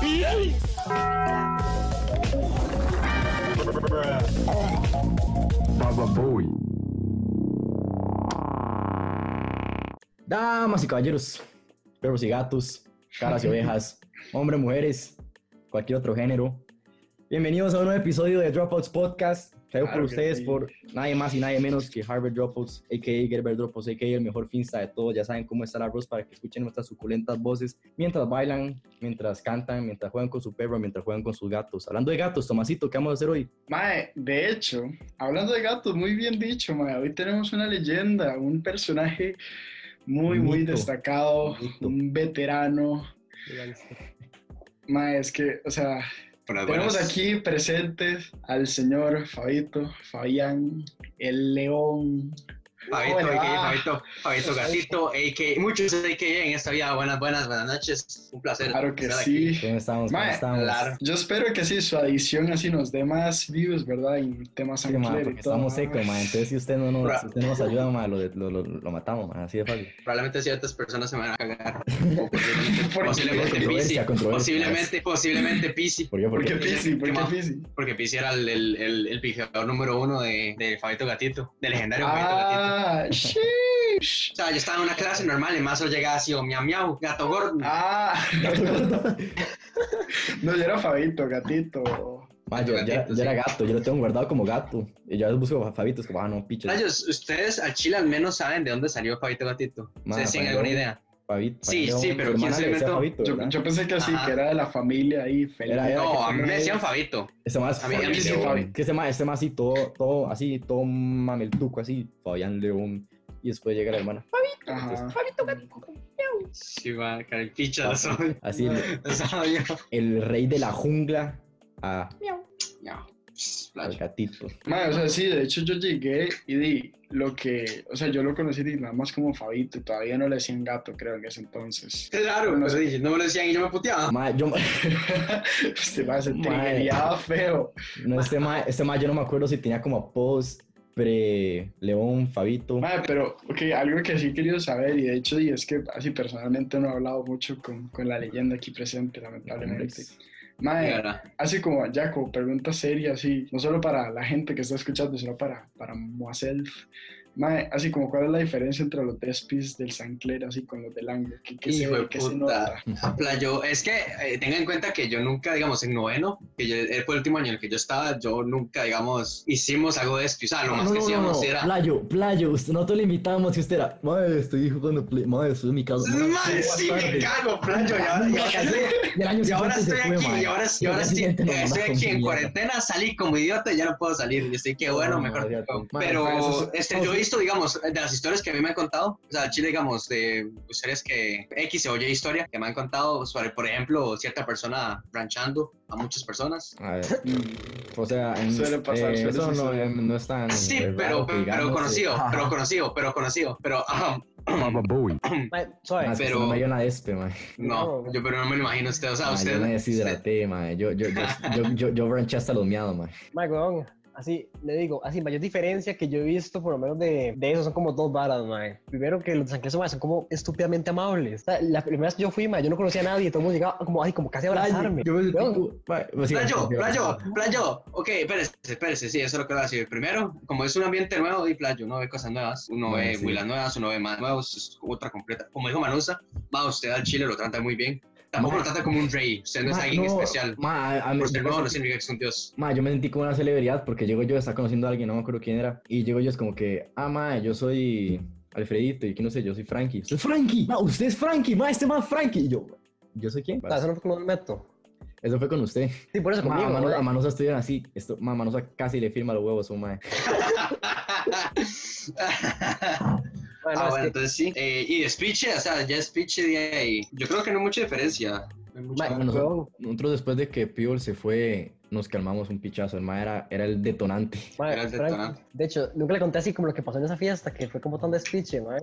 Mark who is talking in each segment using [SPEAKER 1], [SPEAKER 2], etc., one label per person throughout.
[SPEAKER 1] sí.
[SPEAKER 2] Baba Boy.
[SPEAKER 3] Damas y caballeros, perros y gatos, caras y ovejas, hombres, mujeres, cualquier otro género. Bienvenidos a un nuevo episodio de Dropouts Podcast, traído
[SPEAKER 1] Claro
[SPEAKER 3] por
[SPEAKER 1] que
[SPEAKER 3] ustedes
[SPEAKER 1] sí.
[SPEAKER 3] por nadie más y nadie menos que Harvard Dropouts, a.k.a. Gerber Dropouts, a.k.a. el mejor finsta de todos. Ya saben cómo está el arroz para que escuchen nuestras suculentas voces mientras bailan, mientras cantan, mientras juegan con su perro, mientras juegan con sus gatos. Hablando de gatos, Tomasito, ¿qué vamos a hacer hoy?
[SPEAKER 1] Mae, de hecho, hablando de gatos, muy bien dicho, mae. Hoy tenemos una leyenda, un personaje muy, muy
[SPEAKER 3] Mito.
[SPEAKER 1] destacado,
[SPEAKER 3] Mito.
[SPEAKER 1] un veterano. Mae, es que, o sea,
[SPEAKER 2] Buenas,
[SPEAKER 1] tenemos
[SPEAKER 2] buenas.
[SPEAKER 1] aquí presentes al señor Fabito, Fabián, el león.
[SPEAKER 2] Fabito,
[SPEAKER 1] Hola.
[SPEAKER 2] a.k.a. Fabito, Fabito Gatito, a.k.a. Muchos a.k.a. en esta vida. Buenas, buenas, buenas noches. Un placer.
[SPEAKER 1] Claro que
[SPEAKER 2] estar aquí.
[SPEAKER 1] sí.
[SPEAKER 3] ¿Cómo estamos? ¿Cómo
[SPEAKER 1] Mae,
[SPEAKER 3] estamos?
[SPEAKER 2] claro.
[SPEAKER 1] Yo espero que sí, su adición así nos dé más views, ¿verdad? En temas
[SPEAKER 3] Sí, ma,
[SPEAKER 1] Sancler y
[SPEAKER 3] porque
[SPEAKER 1] todo,
[SPEAKER 3] estamos
[SPEAKER 1] mae.
[SPEAKER 3] secos, ma. Entonces, si usted no nos, si usted no nos ayuda, ma, lo, de- lo, lo, lo matamos, ma. Así de fácil.
[SPEAKER 2] Probablemente ciertas personas se me van a cagar.
[SPEAKER 1] ¿Por
[SPEAKER 2] O
[SPEAKER 1] qué?
[SPEAKER 2] Posiblemente Pisi.
[SPEAKER 3] Controversia, controversia.
[SPEAKER 1] pues.
[SPEAKER 2] Posiblemente, posiblemente Pisi.
[SPEAKER 3] ¿Por qué?
[SPEAKER 1] ¿Por
[SPEAKER 3] Porque
[SPEAKER 1] qué Pisi? ¿Por qué
[SPEAKER 2] ¿Qué más?
[SPEAKER 1] Pisi?
[SPEAKER 2] Porque Pisi era el, el, el, el pijador número uno de, de Fabito Gatito, del legendario Fabito Gatito.
[SPEAKER 1] Ah, sheesh.
[SPEAKER 2] O sea, yo estaba en una clase normal, el mazo llegaba así, o miau miau, gato gordo.
[SPEAKER 1] Ah, no, yo era Fabito, gatito.
[SPEAKER 3] Ma, yo, ya,
[SPEAKER 2] Gatito,
[SPEAKER 3] yo era
[SPEAKER 2] sí.
[SPEAKER 3] gato, yo lo tengo guardado como gato. Y yo a veces busco a Fabitos como, ah, no, picho.
[SPEAKER 2] Rayos, ustedes al chile al menos saben de dónde salió Fabito Gatito.
[SPEAKER 3] Ma,
[SPEAKER 2] ¿Ustedes
[SPEAKER 1] pues,
[SPEAKER 2] tienen
[SPEAKER 3] Fabio.
[SPEAKER 2] alguna idea?
[SPEAKER 3] Fabito.
[SPEAKER 2] Sí,
[SPEAKER 3] Fabito,
[SPEAKER 2] sí,
[SPEAKER 3] mi
[SPEAKER 2] pero ¿quién
[SPEAKER 3] hermana
[SPEAKER 2] se
[SPEAKER 3] le decía
[SPEAKER 2] inventó?
[SPEAKER 3] Fabito,
[SPEAKER 1] Yo,
[SPEAKER 3] ¿verdad?
[SPEAKER 1] yo pensé que así,
[SPEAKER 2] Ajá.
[SPEAKER 1] que era de la familia ahí, feliz.
[SPEAKER 3] Era- era-
[SPEAKER 2] No, a mí
[SPEAKER 1] que-
[SPEAKER 2] me decían Fabito.
[SPEAKER 3] Ese ma es
[SPEAKER 2] A mí- a mí
[SPEAKER 3] Fabián
[SPEAKER 2] sí,
[SPEAKER 3] León.
[SPEAKER 1] Fabi.
[SPEAKER 3] Que ese ma, ese ma así, todo, todo, así, todo mameltuco, así, Fabián León. Y después llega la hermana.
[SPEAKER 1] Ajá.
[SPEAKER 2] Sí, va, caripicha,
[SPEAKER 1] Ah.
[SPEAKER 2] lo soy.
[SPEAKER 3] Así, el,
[SPEAKER 2] Lo sabía.
[SPEAKER 3] el rey de la jungla a,
[SPEAKER 2] Ya, pss,
[SPEAKER 3] al
[SPEAKER 2] playa.
[SPEAKER 3] gatito.
[SPEAKER 1] Mae, o sea, sí, de hecho yo llegué y di lo que, o sea, yo lo conocí di, nada más como Fabito, todavía no le decían gato, creo, en ese entonces.
[SPEAKER 2] Claro, no, dije, no me lo decían y yo me puteaba.
[SPEAKER 3] Ma, yo,
[SPEAKER 1] Este va se
[SPEAKER 3] Mae.
[SPEAKER 1] triggereaba feo.
[SPEAKER 3] No, este ma, este ma, yo no me acuerdo si tenía como post, pre, León, Fabito.
[SPEAKER 1] Mae, pero, ok, algo que sí he querido saber, y de hecho, y es que así personalmente no he hablado mucho con, con la leyenda aquí presente, lamentablemente.
[SPEAKER 3] Hombres.
[SPEAKER 1] Mae,
[SPEAKER 2] Era.
[SPEAKER 1] Así como, ya como pregunta seria, así, no solo para la gente que está escuchando, sino para, para myself. Mae, así como, ¿cuál es la diferencia entre los despis del Sancler, así con los del Anglo? ¿Qué, qué se
[SPEAKER 2] Hijo de
[SPEAKER 1] ve? ¿Qué se nota?
[SPEAKER 2] puta. Playo, es que eh, tenga en cuenta que yo nunca, digamos, en noveno, que yo, eh, fue el último año en el que yo estaba, yo nunca, digamos, hicimos algo de esto. O sea, lo
[SPEAKER 3] Ah,
[SPEAKER 2] más
[SPEAKER 3] no, no,
[SPEAKER 2] que
[SPEAKER 3] no,
[SPEAKER 2] hacíamos
[SPEAKER 3] no,
[SPEAKER 2] era.
[SPEAKER 3] Playo, Playo, usted, nosotros le invitamos y usted era, madre, estoy jugando Play, madre, estoy en mi casa. madre,
[SPEAKER 2] Madre,
[SPEAKER 3] buenas
[SPEAKER 2] sí, me
[SPEAKER 3] tardes".
[SPEAKER 2] cago, playo, y ahora, y
[SPEAKER 3] Me
[SPEAKER 2] ahora-
[SPEAKER 3] casé, y el año
[SPEAKER 2] Y ahora
[SPEAKER 3] siguiente se
[SPEAKER 2] estoy
[SPEAKER 3] fue,
[SPEAKER 2] aquí,
[SPEAKER 3] madre.
[SPEAKER 2] y ahora, y
[SPEAKER 3] Y al día
[SPEAKER 2] ahora sí, eh,
[SPEAKER 3] siguiente nos
[SPEAKER 2] estoy
[SPEAKER 3] mandas
[SPEAKER 2] aquí
[SPEAKER 3] con
[SPEAKER 2] en
[SPEAKER 3] tu
[SPEAKER 2] cuarentena, salí como idiota y ya no puedo salir. Y estoy que bueno, mejor.
[SPEAKER 3] mierda. Madre, madre, eso
[SPEAKER 2] Pero
[SPEAKER 3] es-
[SPEAKER 2] este, yo he visto, digamos, de las historias que a mí me han contado, o sea, Chile, digamos, de ustedes que X o Y historia que me han contado sobre, por ejemplo, cierta persona ranchando a muchas personas.
[SPEAKER 3] A ver,
[SPEAKER 1] Mm,
[SPEAKER 3] o sea, en-
[SPEAKER 1] Suele pasar,
[SPEAKER 3] eh,
[SPEAKER 1] suele
[SPEAKER 3] eso no,
[SPEAKER 1] suceder.
[SPEAKER 3] eh, no es tan.
[SPEAKER 2] Sí,
[SPEAKER 3] eh,
[SPEAKER 2] pero,
[SPEAKER 3] raro que
[SPEAKER 2] pero,
[SPEAKER 3] digamos,
[SPEAKER 2] conocido,
[SPEAKER 3] eh,
[SPEAKER 2] pero conocido, pero conocido, pero ajá, Baba
[SPEAKER 3] Boy.
[SPEAKER 4] Mae, suave.
[SPEAKER 3] Más pero
[SPEAKER 2] pero-
[SPEAKER 3] no me dio una despe, madre.
[SPEAKER 2] no,
[SPEAKER 4] No.
[SPEAKER 2] yo pero no me lo imagino usted, o sea,
[SPEAKER 3] Madre,
[SPEAKER 2] usted,
[SPEAKER 3] Ah, Yo me
[SPEAKER 2] usted-
[SPEAKER 3] deshidraté, madre. Yo, yo, yo, yo, yo, yo branché hasta los miados, madre.
[SPEAKER 4] Mae, weón, Así, le digo, así, mayor diferencia que yo he visto, por lo menos de, de eso, son como dos varas, mae. Primero que los sanquesos, mae, son como estúpidamente amables. O sea, la primera vez que yo fui, mae, yo no conocía a nadie, todo el mundo llegaba como, ay, como casi a abrazarme.
[SPEAKER 3] Yo me sentí
[SPEAKER 4] Weón,
[SPEAKER 3] como- madre, pues, sí,
[SPEAKER 2] Playo,
[SPEAKER 3] sí,
[SPEAKER 2] playo, playo. Ok, espérese, espérese, sí, eso es lo que voy a decir. Primero, como es un ambiente nuevo, y playo, uno ve cosas nuevas, uno
[SPEAKER 3] Bueno,
[SPEAKER 2] ve
[SPEAKER 3] sí.
[SPEAKER 2] huilas nuevas, uno ve más nuevos, es otra completa. Como dijo Manusa, va, usted al chile lo trata muy bien. Tampoco lo trata como un rey, usted no es
[SPEAKER 3] Ma,
[SPEAKER 2] alguien
[SPEAKER 3] Ah, no,
[SPEAKER 2] especial.
[SPEAKER 3] ma, a- a mí-
[SPEAKER 2] Por ser nuevo no significa que es un dios.
[SPEAKER 3] ma, yo me sentí como una celebridad porque llego yo, está conociendo a alguien, no me acuerdo quién era. Y llego yo, es como que, ah, ma, yo soy Alfredito y que no sé, yo soy Frankie. ¡Soy Frankie! Ma, usted es Frankie, ma, este ma es Frankie. Y yo, ¿yo soy quién?
[SPEAKER 4] o sea, eso no fue como un meto.
[SPEAKER 3] Eso fue con usted.
[SPEAKER 4] Sí, por eso
[SPEAKER 3] Ma,
[SPEAKER 4] conmigo,
[SPEAKER 3] a, Manu-
[SPEAKER 4] mae.
[SPEAKER 3] a Manusa estuvieron así. Esto, ma, Manusa casi le firma los huevos, oh, ma.
[SPEAKER 4] Mae, no,
[SPEAKER 2] ah,
[SPEAKER 4] es
[SPEAKER 2] bueno,
[SPEAKER 4] que-
[SPEAKER 2] entonces sí. Eh, y despiche, o sea, ya despiche de ahí. Yo creo que no hay mucha diferencia. No hay mucha-
[SPEAKER 3] Ma, nosotros,
[SPEAKER 4] weón,
[SPEAKER 3] nosotros después de que Piol se fue, nos calmamos un pichazo. El ma era, era el detonante.
[SPEAKER 4] mae,
[SPEAKER 2] Era el
[SPEAKER 4] Frank,
[SPEAKER 2] detonante.
[SPEAKER 4] de hecho, nunca le conté así como lo que pasó en esa fiesta, que fue como tan despiche, mae.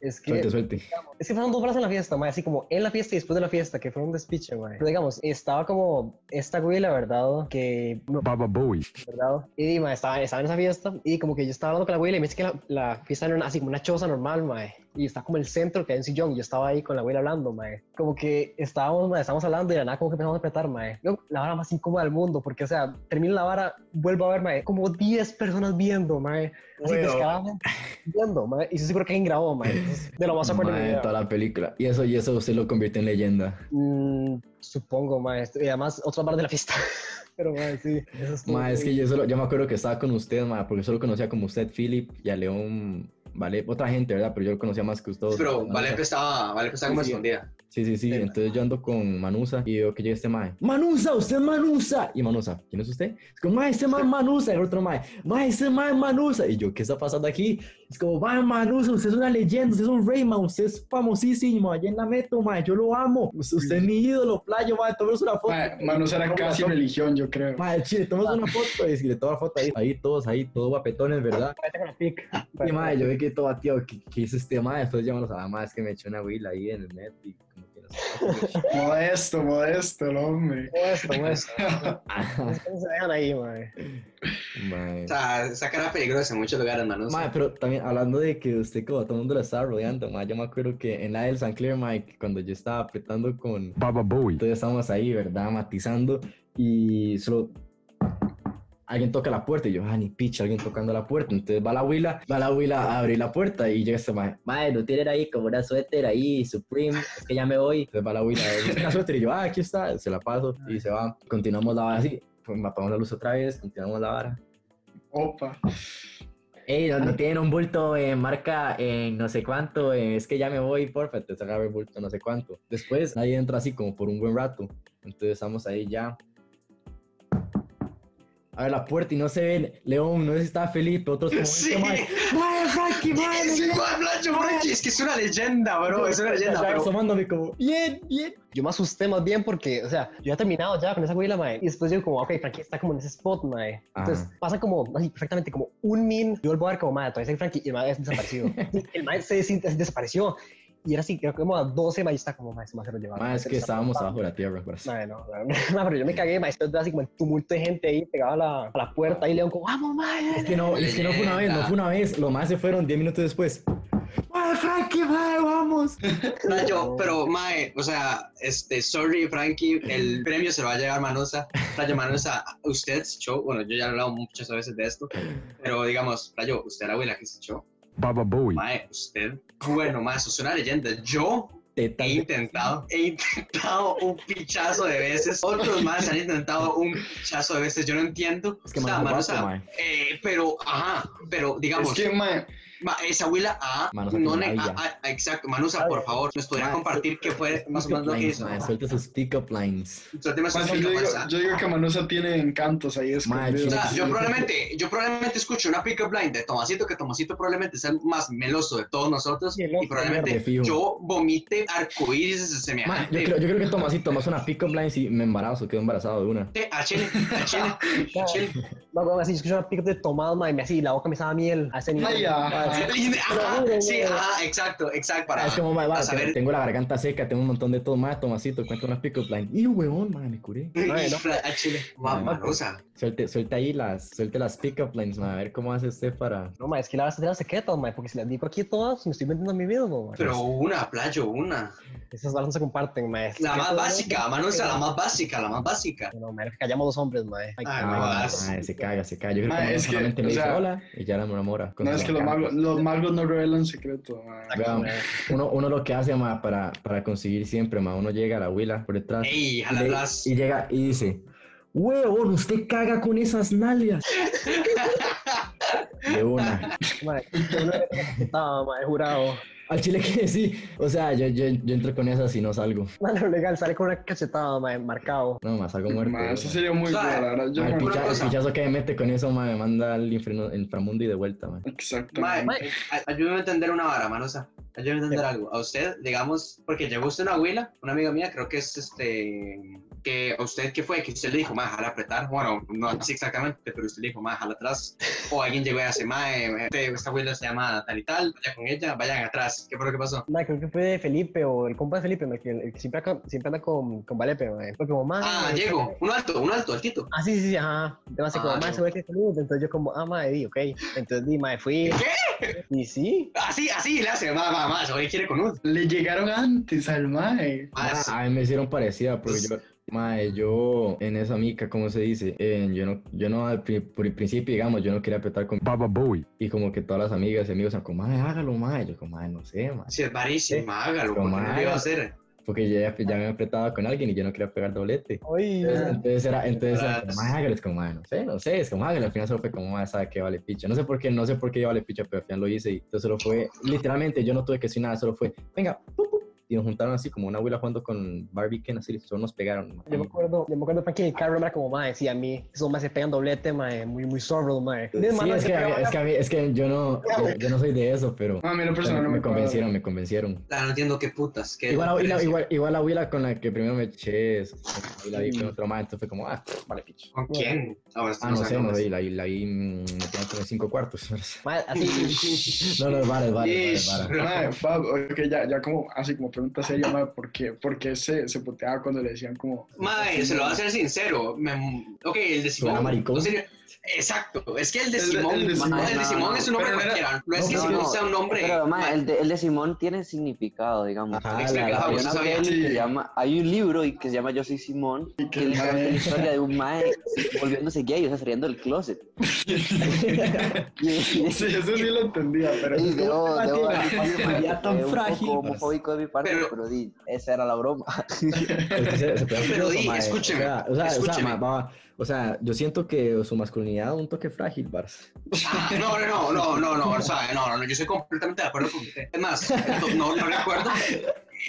[SPEAKER 4] Es que...
[SPEAKER 3] Suelte, suelte.
[SPEAKER 4] Es que pasaron dos horas en la fiesta, mae, así como en la fiesta y después de la fiesta, que fue un despiche, mae. Pero digamos, estaba como esta güey, la verdad, que...
[SPEAKER 3] Baba Boy.
[SPEAKER 4] ¿verdad? Y, mae, estaba, estaba en esa fiesta y como que yo estaba hablando con la güey y le me dice que la, la fiesta era una- así como una choza normal, mae. y está como el centro que hay un sillón y yo estaba ahí con la abuela hablando, mae. Como que estábamos, mae, estábamos hablando y de la nada como que empezamos a apretar, mae. Yo, la vara más incómoda del mundo, porque o sea, termino la vara, vuelvo a ver, mae, como 10 personas viendo, mae. Así
[SPEAKER 2] Weón.
[SPEAKER 4] descaradamente viendo, mae. Y yo seguro que alguien grabó, mae. Entonces, De lo más acuerdo de mi
[SPEAKER 3] Mae,
[SPEAKER 4] vida.
[SPEAKER 3] toda la película. Y eso, y eso usted lo convirtió en leyenda.
[SPEAKER 4] Mm, supongo, mae. Y además, otra parte de la fiesta. Pero, mae, sí. Eso estuvo
[SPEAKER 3] Mae, es
[SPEAKER 4] muy-
[SPEAKER 3] que yo solo, yo me acuerdo que estaba con usted, mae, porque solo conocía como usted, Philip y a León, vale, otra gente, ¿verdad? Pero yo lo conocía más que usted.
[SPEAKER 2] Pero
[SPEAKER 3] Mae,
[SPEAKER 2] Valep estaba, Valep estaba como
[SPEAKER 3] Sí, sí.
[SPEAKER 2] escondida.
[SPEAKER 3] Sí, sí, sí.
[SPEAKER 4] Sí.
[SPEAKER 3] Entonces yo ando con Manusa y veo que llega este mae. ¡Manusa! ¡Usted es Manusa! Y Manusa, ¿quién es usted? Es como, mae, este mae es Manusa. Y el otro mae, mae, este mae es Manusa. Y yo, ¿qué está pasando aquí? Es como, mae, Manusa, usted es una leyenda, usted es un rey, mae, usted es famosísimo. Allá en la meto, mae, yo lo amo. Usted, usted es mi ídolo, playo, mae, tomémonos una foto.
[SPEAKER 1] Ma, Manos era
[SPEAKER 3] Tomémonos
[SPEAKER 1] casi
[SPEAKER 3] una foto.
[SPEAKER 1] religión, yo creo.
[SPEAKER 3] Mae, chile, tomamos una foto. Y le toma la foto ahí. Ahí todos, ahí, todos guapetones, ¿verdad?
[SPEAKER 4] Ahorita con la pic.
[SPEAKER 3] Y mae, yo vi que todo tío, ¿qué, qué hizo este mae? Después llamamos a la mae, es que me echó una huila ahí en el net y como que no sé.
[SPEAKER 1] Modesto, modesto el hombre.
[SPEAKER 4] Todo esto, todo esto.
[SPEAKER 3] Ajá,
[SPEAKER 4] Entonces, se dejan ahí, mae.
[SPEAKER 3] mae.
[SPEAKER 2] O sea, esa cara peligrosa en muchos lugares, mano.
[SPEAKER 3] Mae, pero también hablando de que usted como a todo el mundo la estaba rodeando, mae, yo me acuerdo que en la del San Clair, mae, que cuando yo estaba apretando con Papa Bowie, entonces estábamos ahí, ¿verdad? Matizando y solo alguien toca la puerta y yo, ah, ni picha, alguien tocando la puerta. Entonces va la huila, va la huila a abrir la puerta y llega este mae, mae, no tienen ahí como una suéter ahí, Supreme, es que ya me voy. Entonces va la huila, "Es una suéter y yo, ah, aquí está, se la paso y se va. Continuamos la vara así, pues, apagamos la luz otra vez, continuamos la vara.
[SPEAKER 1] Opa.
[SPEAKER 3] Ey, no, no tienen un bulto en marca en no sé cuánto, eh, es que ya me voy, porfa, te agarra el bulto no sé cuánto. Después nadie entra así como por un buen rato. Entonces estamos ahí ya. Abre la puerta y no se ven. León, no sé si estaba Felipe, otros como "Este
[SPEAKER 2] Sí.
[SPEAKER 3] mae- Mae, Frankie, mae, no
[SPEAKER 2] Sí,
[SPEAKER 3] sé".
[SPEAKER 2] mae, Blancho, Franchi, es que es una leyenda, bro. Es una leyenda,
[SPEAKER 3] Ya
[SPEAKER 2] pero. Ah,
[SPEAKER 3] asomándome como, bien, bien.
[SPEAKER 4] Yo me asusté más bien porque, o sea, yo ya terminado ya con esa güila, mae. Y después yo como, "Ah, ok, Frankie está como en ese spot, mae. Entonces
[SPEAKER 3] Ajá.
[SPEAKER 4] pasa como, así, perfectamente, como un min. Yo vuelvo a ver como, mae, todavía está Frankie y el mae es desaparecido. Y el mae se des- desapareció. Y era así, creo que como a 12, mae, y está como, mae, se me hace lo llevar.
[SPEAKER 3] Mae, es que estábamos abajo de la tierra, bros.
[SPEAKER 4] Mae, no, no, no, pero yo me cagué, mae. Esto era así como el tumulto de gente ahí pegado a la, a la puerta. Y León como, vamos, mae.
[SPEAKER 3] Es que no, es que no fue una vez, no fue una vez. Los más se fueron 10 minutos después. Mae, Frankie, mae, vamos.
[SPEAKER 2] Rayo, pero Mae, o sea, este, sorry Frankie, el premio se lo va a llevar Manusa. Rayo Manusa, usted se echó, bueno, yo ya he hablado muchas veces de esto, pero digamos, Rayo, usted era abuela que se echó.
[SPEAKER 3] Baba Bowie.
[SPEAKER 2] Mae, usted, bueno, Mae, eso es una leyenda. Yo he intentado, he intentado un pichazo de veces, otros más han intentado un pichazo de veces, yo no entiendo.
[SPEAKER 3] Es que
[SPEAKER 2] O sea,
[SPEAKER 3] Manusa
[SPEAKER 2] Manusa,
[SPEAKER 3] guapo, mae.
[SPEAKER 2] eh, pero, ajá, pero digamos.
[SPEAKER 1] Es que, ma,
[SPEAKER 2] Ma, esa abuela ah,
[SPEAKER 3] Manusa,
[SPEAKER 2] no
[SPEAKER 3] qué
[SPEAKER 2] ne-
[SPEAKER 3] maravilla.
[SPEAKER 2] ah, ah, exacto, Manusa, por favor, nos podría
[SPEAKER 3] Ma,
[SPEAKER 2] compartir qué fue más o menos lo que
[SPEAKER 3] Lines,
[SPEAKER 2] hizo.
[SPEAKER 3] mae, suelta sus pick-up lines.
[SPEAKER 2] Suerte más
[SPEAKER 1] ma,
[SPEAKER 2] sencillo,
[SPEAKER 1] Pues sí, yo, digo,
[SPEAKER 2] Manusa.
[SPEAKER 1] yo digo que Manusa tiene encantos ahí
[SPEAKER 2] O
[SPEAKER 1] escondidos.
[SPEAKER 2] sea,
[SPEAKER 3] sí,
[SPEAKER 2] yo
[SPEAKER 3] sí.
[SPEAKER 2] probablemente, yo probablemente escucho una pick-up line de Tomasito, que Tomasito probablemente sea el más meloso de todos nosotros,
[SPEAKER 4] Meloso,
[SPEAKER 2] y probablemente
[SPEAKER 3] verde, fijo.
[SPEAKER 2] yo vomite arcoíris en
[SPEAKER 3] Ma, yo,
[SPEAKER 2] semejante.
[SPEAKER 3] creo, yo creo que Tomasito más una pick-up lines y me embarazo, quedo embarazado de una.
[SPEAKER 2] Te- a Chile, a Chile, a Chile.
[SPEAKER 4] No, weón, así, yo escuché una pick de tomado, mae, y me así, la boca me estaba miel. A ese nivel.
[SPEAKER 1] Ay, ajá.
[SPEAKER 4] Mae,
[SPEAKER 2] Ajá, sí, ajá, exacto, exacto, para,
[SPEAKER 3] Ah, es como, ma, va,
[SPEAKER 2] para saber.
[SPEAKER 3] tengo la garganta seca, tengo un montón de todo, más Tomasito, cuenta unas pick-up lines. Y huevón, ma, me curé.
[SPEAKER 4] Mae, no.
[SPEAKER 2] A Chile, ma,
[SPEAKER 3] Ma,
[SPEAKER 2] Manusa.
[SPEAKER 3] Suelte, suelte ahí las, suelte las pick-up lines, ma, a ver cómo hace usted para...
[SPEAKER 4] No, mae, es que la verdad es de las secretas, mae, porque si las digo aquí todas, me estoy vendiendo a mí mismo, mae.
[SPEAKER 2] Pero una, playo, una.
[SPEAKER 4] Esas balas no se comparten, mae.
[SPEAKER 2] La más
[SPEAKER 4] Secretos,
[SPEAKER 2] básica, Manusa, la más básica, la más básica.
[SPEAKER 4] No, mae, callamos los hombres, mae. Ay,
[SPEAKER 2] Ah,
[SPEAKER 4] qué
[SPEAKER 2] no,
[SPEAKER 4] mae.
[SPEAKER 3] Ah,
[SPEAKER 2] vas.
[SPEAKER 3] ma, se caga, se caga. Yo creo
[SPEAKER 1] Ma,
[SPEAKER 3] que Manusa
[SPEAKER 1] es que,
[SPEAKER 3] solamente
[SPEAKER 1] o
[SPEAKER 3] le dice
[SPEAKER 1] sea,
[SPEAKER 3] hola y ya la enamora. con
[SPEAKER 1] No,
[SPEAKER 3] su
[SPEAKER 1] es que los
[SPEAKER 3] garganta.
[SPEAKER 1] magos, los magos no revelan secreto, ma.
[SPEAKER 3] Vean,
[SPEAKER 4] mae.
[SPEAKER 3] uno, uno lo que hace, ma, para, para conseguir siempre, ma, uno llega a la huila por detrás
[SPEAKER 2] Ey,
[SPEAKER 3] Y le-
[SPEAKER 2] jalarlas.
[SPEAKER 3] Y llega y dice, huevón, usted caga con esas nalgas. De una.
[SPEAKER 4] Mae, yo no era aceptaba, mae, jurado.
[SPEAKER 3] Al chile que sí. O sea, yo, yo, yo entro con esas y no salgo.
[SPEAKER 4] Mae, lo legal, sale con una cachetada, mae, marcado.
[SPEAKER 3] No, más salgo muerto.
[SPEAKER 1] Ma,
[SPEAKER 3] ma.
[SPEAKER 1] eso sería muy
[SPEAKER 2] O sea,
[SPEAKER 1] bueno, la verdad. Yo
[SPEAKER 3] Ma, el,
[SPEAKER 1] no-
[SPEAKER 2] pura
[SPEAKER 3] picha- el
[SPEAKER 2] cosa.
[SPEAKER 3] pichazo que me mete con eso ma, me manda al infierno- inframundo y de vuelta. ma.
[SPEAKER 1] Exactamente.
[SPEAKER 2] Mae, ay- ayúdame a entender una vara, Manosa. Ayúdame a entender algo. A usted, digamos, porque llegó usted una abuela, una amiga mía, creo que es este. Que a usted, ¿qué fue? Que usted le dijo, más jala apretar. Bueno, no así exactamente, pero usted le dijo, más jala atrás. O alguien llegó y hace, mae, este- esta abuela se llama tal y tal, vaya con ella, vayan atrás. ¿Qué fue lo que pasó?
[SPEAKER 4] Mae, creo que fue de Felipe o el compa de Felipe, mae, que, el que siempre, acá- siempre anda con, con Valepe, mae. Fue como, mae.
[SPEAKER 2] Ah, Diego, un alto, un alto, altito.
[SPEAKER 4] Ah, sí, sí, sí, ajá. Además,
[SPEAKER 2] Ah,
[SPEAKER 4] como, mae,
[SPEAKER 2] no.
[SPEAKER 4] se ve que es salud. Entonces yo como, ah, mae, di, ok. Entonces di, mae, fui.
[SPEAKER 2] ¿Qué?
[SPEAKER 4] Y sí.
[SPEAKER 2] Así, así le hace, más, más, más. Hoy quiere con un.
[SPEAKER 1] Le llegaron antes al mae.
[SPEAKER 2] Más.
[SPEAKER 3] A mí me hicieron parecida, porque yo, mae, yo en esa mica, ¿cómo se dice? En- yo no, yo no, al pri- por el principio, digamos, yo no quería apretar con Baba Bowie. Y como que todas las amigas y amigos eran como, mae, hágalo, mae. Yo como, mae, no sé, mae.
[SPEAKER 2] Si es barísimo,
[SPEAKER 3] Pero,
[SPEAKER 2] hágalo, porque no
[SPEAKER 3] mae.
[SPEAKER 2] lo iba a hacer.
[SPEAKER 3] Porque yo ya, ya me apretaba con alguien y yo no quería pegar doblete.
[SPEAKER 4] Hoy.
[SPEAKER 3] Entonces era, entonces era, como,
[SPEAKER 2] Tras.
[SPEAKER 3] mae, hágalo, es como, mae, no sé, no sé, es como, hágalo. Al final solo fue como, mae, sabe que vale picha. No sé por qué, no sé por qué yo vale picha, pero al final lo hice. Y entonces solo fue, literalmente, yo no tuve que decir nada, solo fue, venga, pu, pu", Y nos juntaron así como una abuela jugando con Barbie Ken, así, solo nos pegaron. mae.
[SPEAKER 4] Yo me acuerdo, yo me acuerdo Frankie en el carro, era como, mae, sí, a mí, esos más se pegan doblete, mae, muy, muy zorro, mae.
[SPEAKER 3] Sí, es que, a mí- es, que a mí- es que yo no, yo, yo no soy de eso, pero
[SPEAKER 1] Mae, a mí lo personal no
[SPEAKER 3] me
[SPEAKER 1] me cuadra.
[SPEAKER 3] convencieron, me convencieron.
[SPEAKER 2] Ah, no entiendo qué putas. Qué
[SPEAKER 3] Igual, la-
[SPEAKER 2] diferencia.
[SPEAKER 3] igual, igual la abuela con la que primero me eché, es- y la vi con otro más, entonces fue como, ah, vale, picho.
[SPEAKER 2] ¿Con quién? Ahora
[SPEAKER 3] Ah, no sé,
[SPEAKER 2] cómo
[SPEAKER 3] no
[SPEAKER 2] es.
[SPEAKER 3] vi, la, la vi mm, metiendo como cinco cuartos.
[SPEAKER 4] Mae, así.
[SPEAKER 3] No, no, vale, vale,
[SPEAKER 2] Ish.
[SPEAKER 3] vale.
[SPEAKER 1] Mae, Fab, ok, ya, ya como, así como pregunta seria, mae, ¿por qué, por qué se, se puteaba cuando le decían como...
[SPEAKER 2] Mae, se lo voy a ser sincero. me- Ok, el de
[SPEAKER 3] Suena
[SPEAKER 2] Simón.
[SPEAKER 3] maricón.
[SPEAKER 2] no sería- Exacto, es que el de
[SPEAKER 1] El de-
[SPEAKER 2] Simón,
[SPEAKER 1] el de
[SPEAKER 2] mae,
[SPEAKER 1] Simón.
[SPEAKER 2] el de Simón es un nombre
[SPEAKER 1] Pero era-
[SPEAKER 2] cualquiera. No es
[SPEAKER 3] no,
[SPEAKER 2] que
[SPEAKER 3] no,
[SPEAKER 2] Simón
[SPEAKER 3] no.
[SPEAKER 2] sea un nombre.
[SPEAKER 5] Pero, ma,
[SPEAKER 2] mae,
[SPEAKER 5] el de, el de Simón tiene significado, digamos.
[SPEAKER 3] Ajá, la-
[SPEAKER 5] Hay
[SPEAKER 3] la-
[SPEAKER 5] una
[SPEAKER 2] eso sabía.
[SPEAKER 5] peli que
[SPEAKER 1] Sí.
[SPEAKER 5] llama- hay un libro y que se llama Yo soy Simón, que
[SPEAKER 1] el
[SPEAKER 5] le cuenta
[SPEAKER 1] mae-
[SPEAKER 5] la historia de un mae volviéndose gay, o sea, saliendo del closet. Y- y-
[SPEAKER 1] Sí, eso sí lo entendía, pero...
[SPEAKER 5] y debo- debo
[SPEAKER 3] Latina,
[SPEAKER 5] admitir,
[SPEAKER 3] sería
[SPEAKER 5] mae, que
[SPEAKER 3] tan
[SPEAKER 5] fue
[SPEAKER 3] frágil.
[SPEAKER 5] Un poco homofóbico de mi parte,
[SPEAKER 2] Pero-
[SPEAKER 5] pero, di, esa era la broma.
[SPEAKER 3] Es que se- se pega
[SPEAKER 2] Pero
[SPEAKER 3] furioso,
[SPEAKER 2] di,
[SPEAKER 3] mae.
[SPEAKER 2] escúcheme,
[SPEAKER 3] O sea, o sea, o sea,
[SPEAKER 2] escúcheme.
[SPEAKER 3] ma- va- o sea, yo siento que su masculinidad es un toque frágil, Bars.
[SPEAKER 2] Ah, no, no, no, no, no, no, o sea, no, no, no, yo estoy completamente de acuerdo con usted. Es más, no, no recuerdo.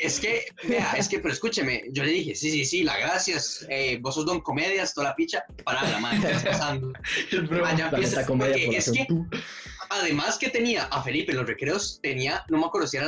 [SPEAKER 2] Es que, vea, es que, pero escúcheme, yo le dije, sí, sí, sí, la gracias, eh, vos sos don comedias, toda la picha, para la madre, ¿qué estás pasando?
[SPEAKER 1] El bro,
[SPEAKER 2] Ah, ya
[SPEAKER 3] La
[SPEAKER 2] empiezas,
[SPEAKER 3] neta comedia
[SPEAKER 2] porque
[SPEAKER 3] por
[SPEAKER 2] es
[SPEAKER 3] hacer
[SPEAKER 2] que-
[SPEAKER 3] tú.
[SPEAKER 2] Además que tenía a Felipe en los recreos, tenía, no me acuerdo si era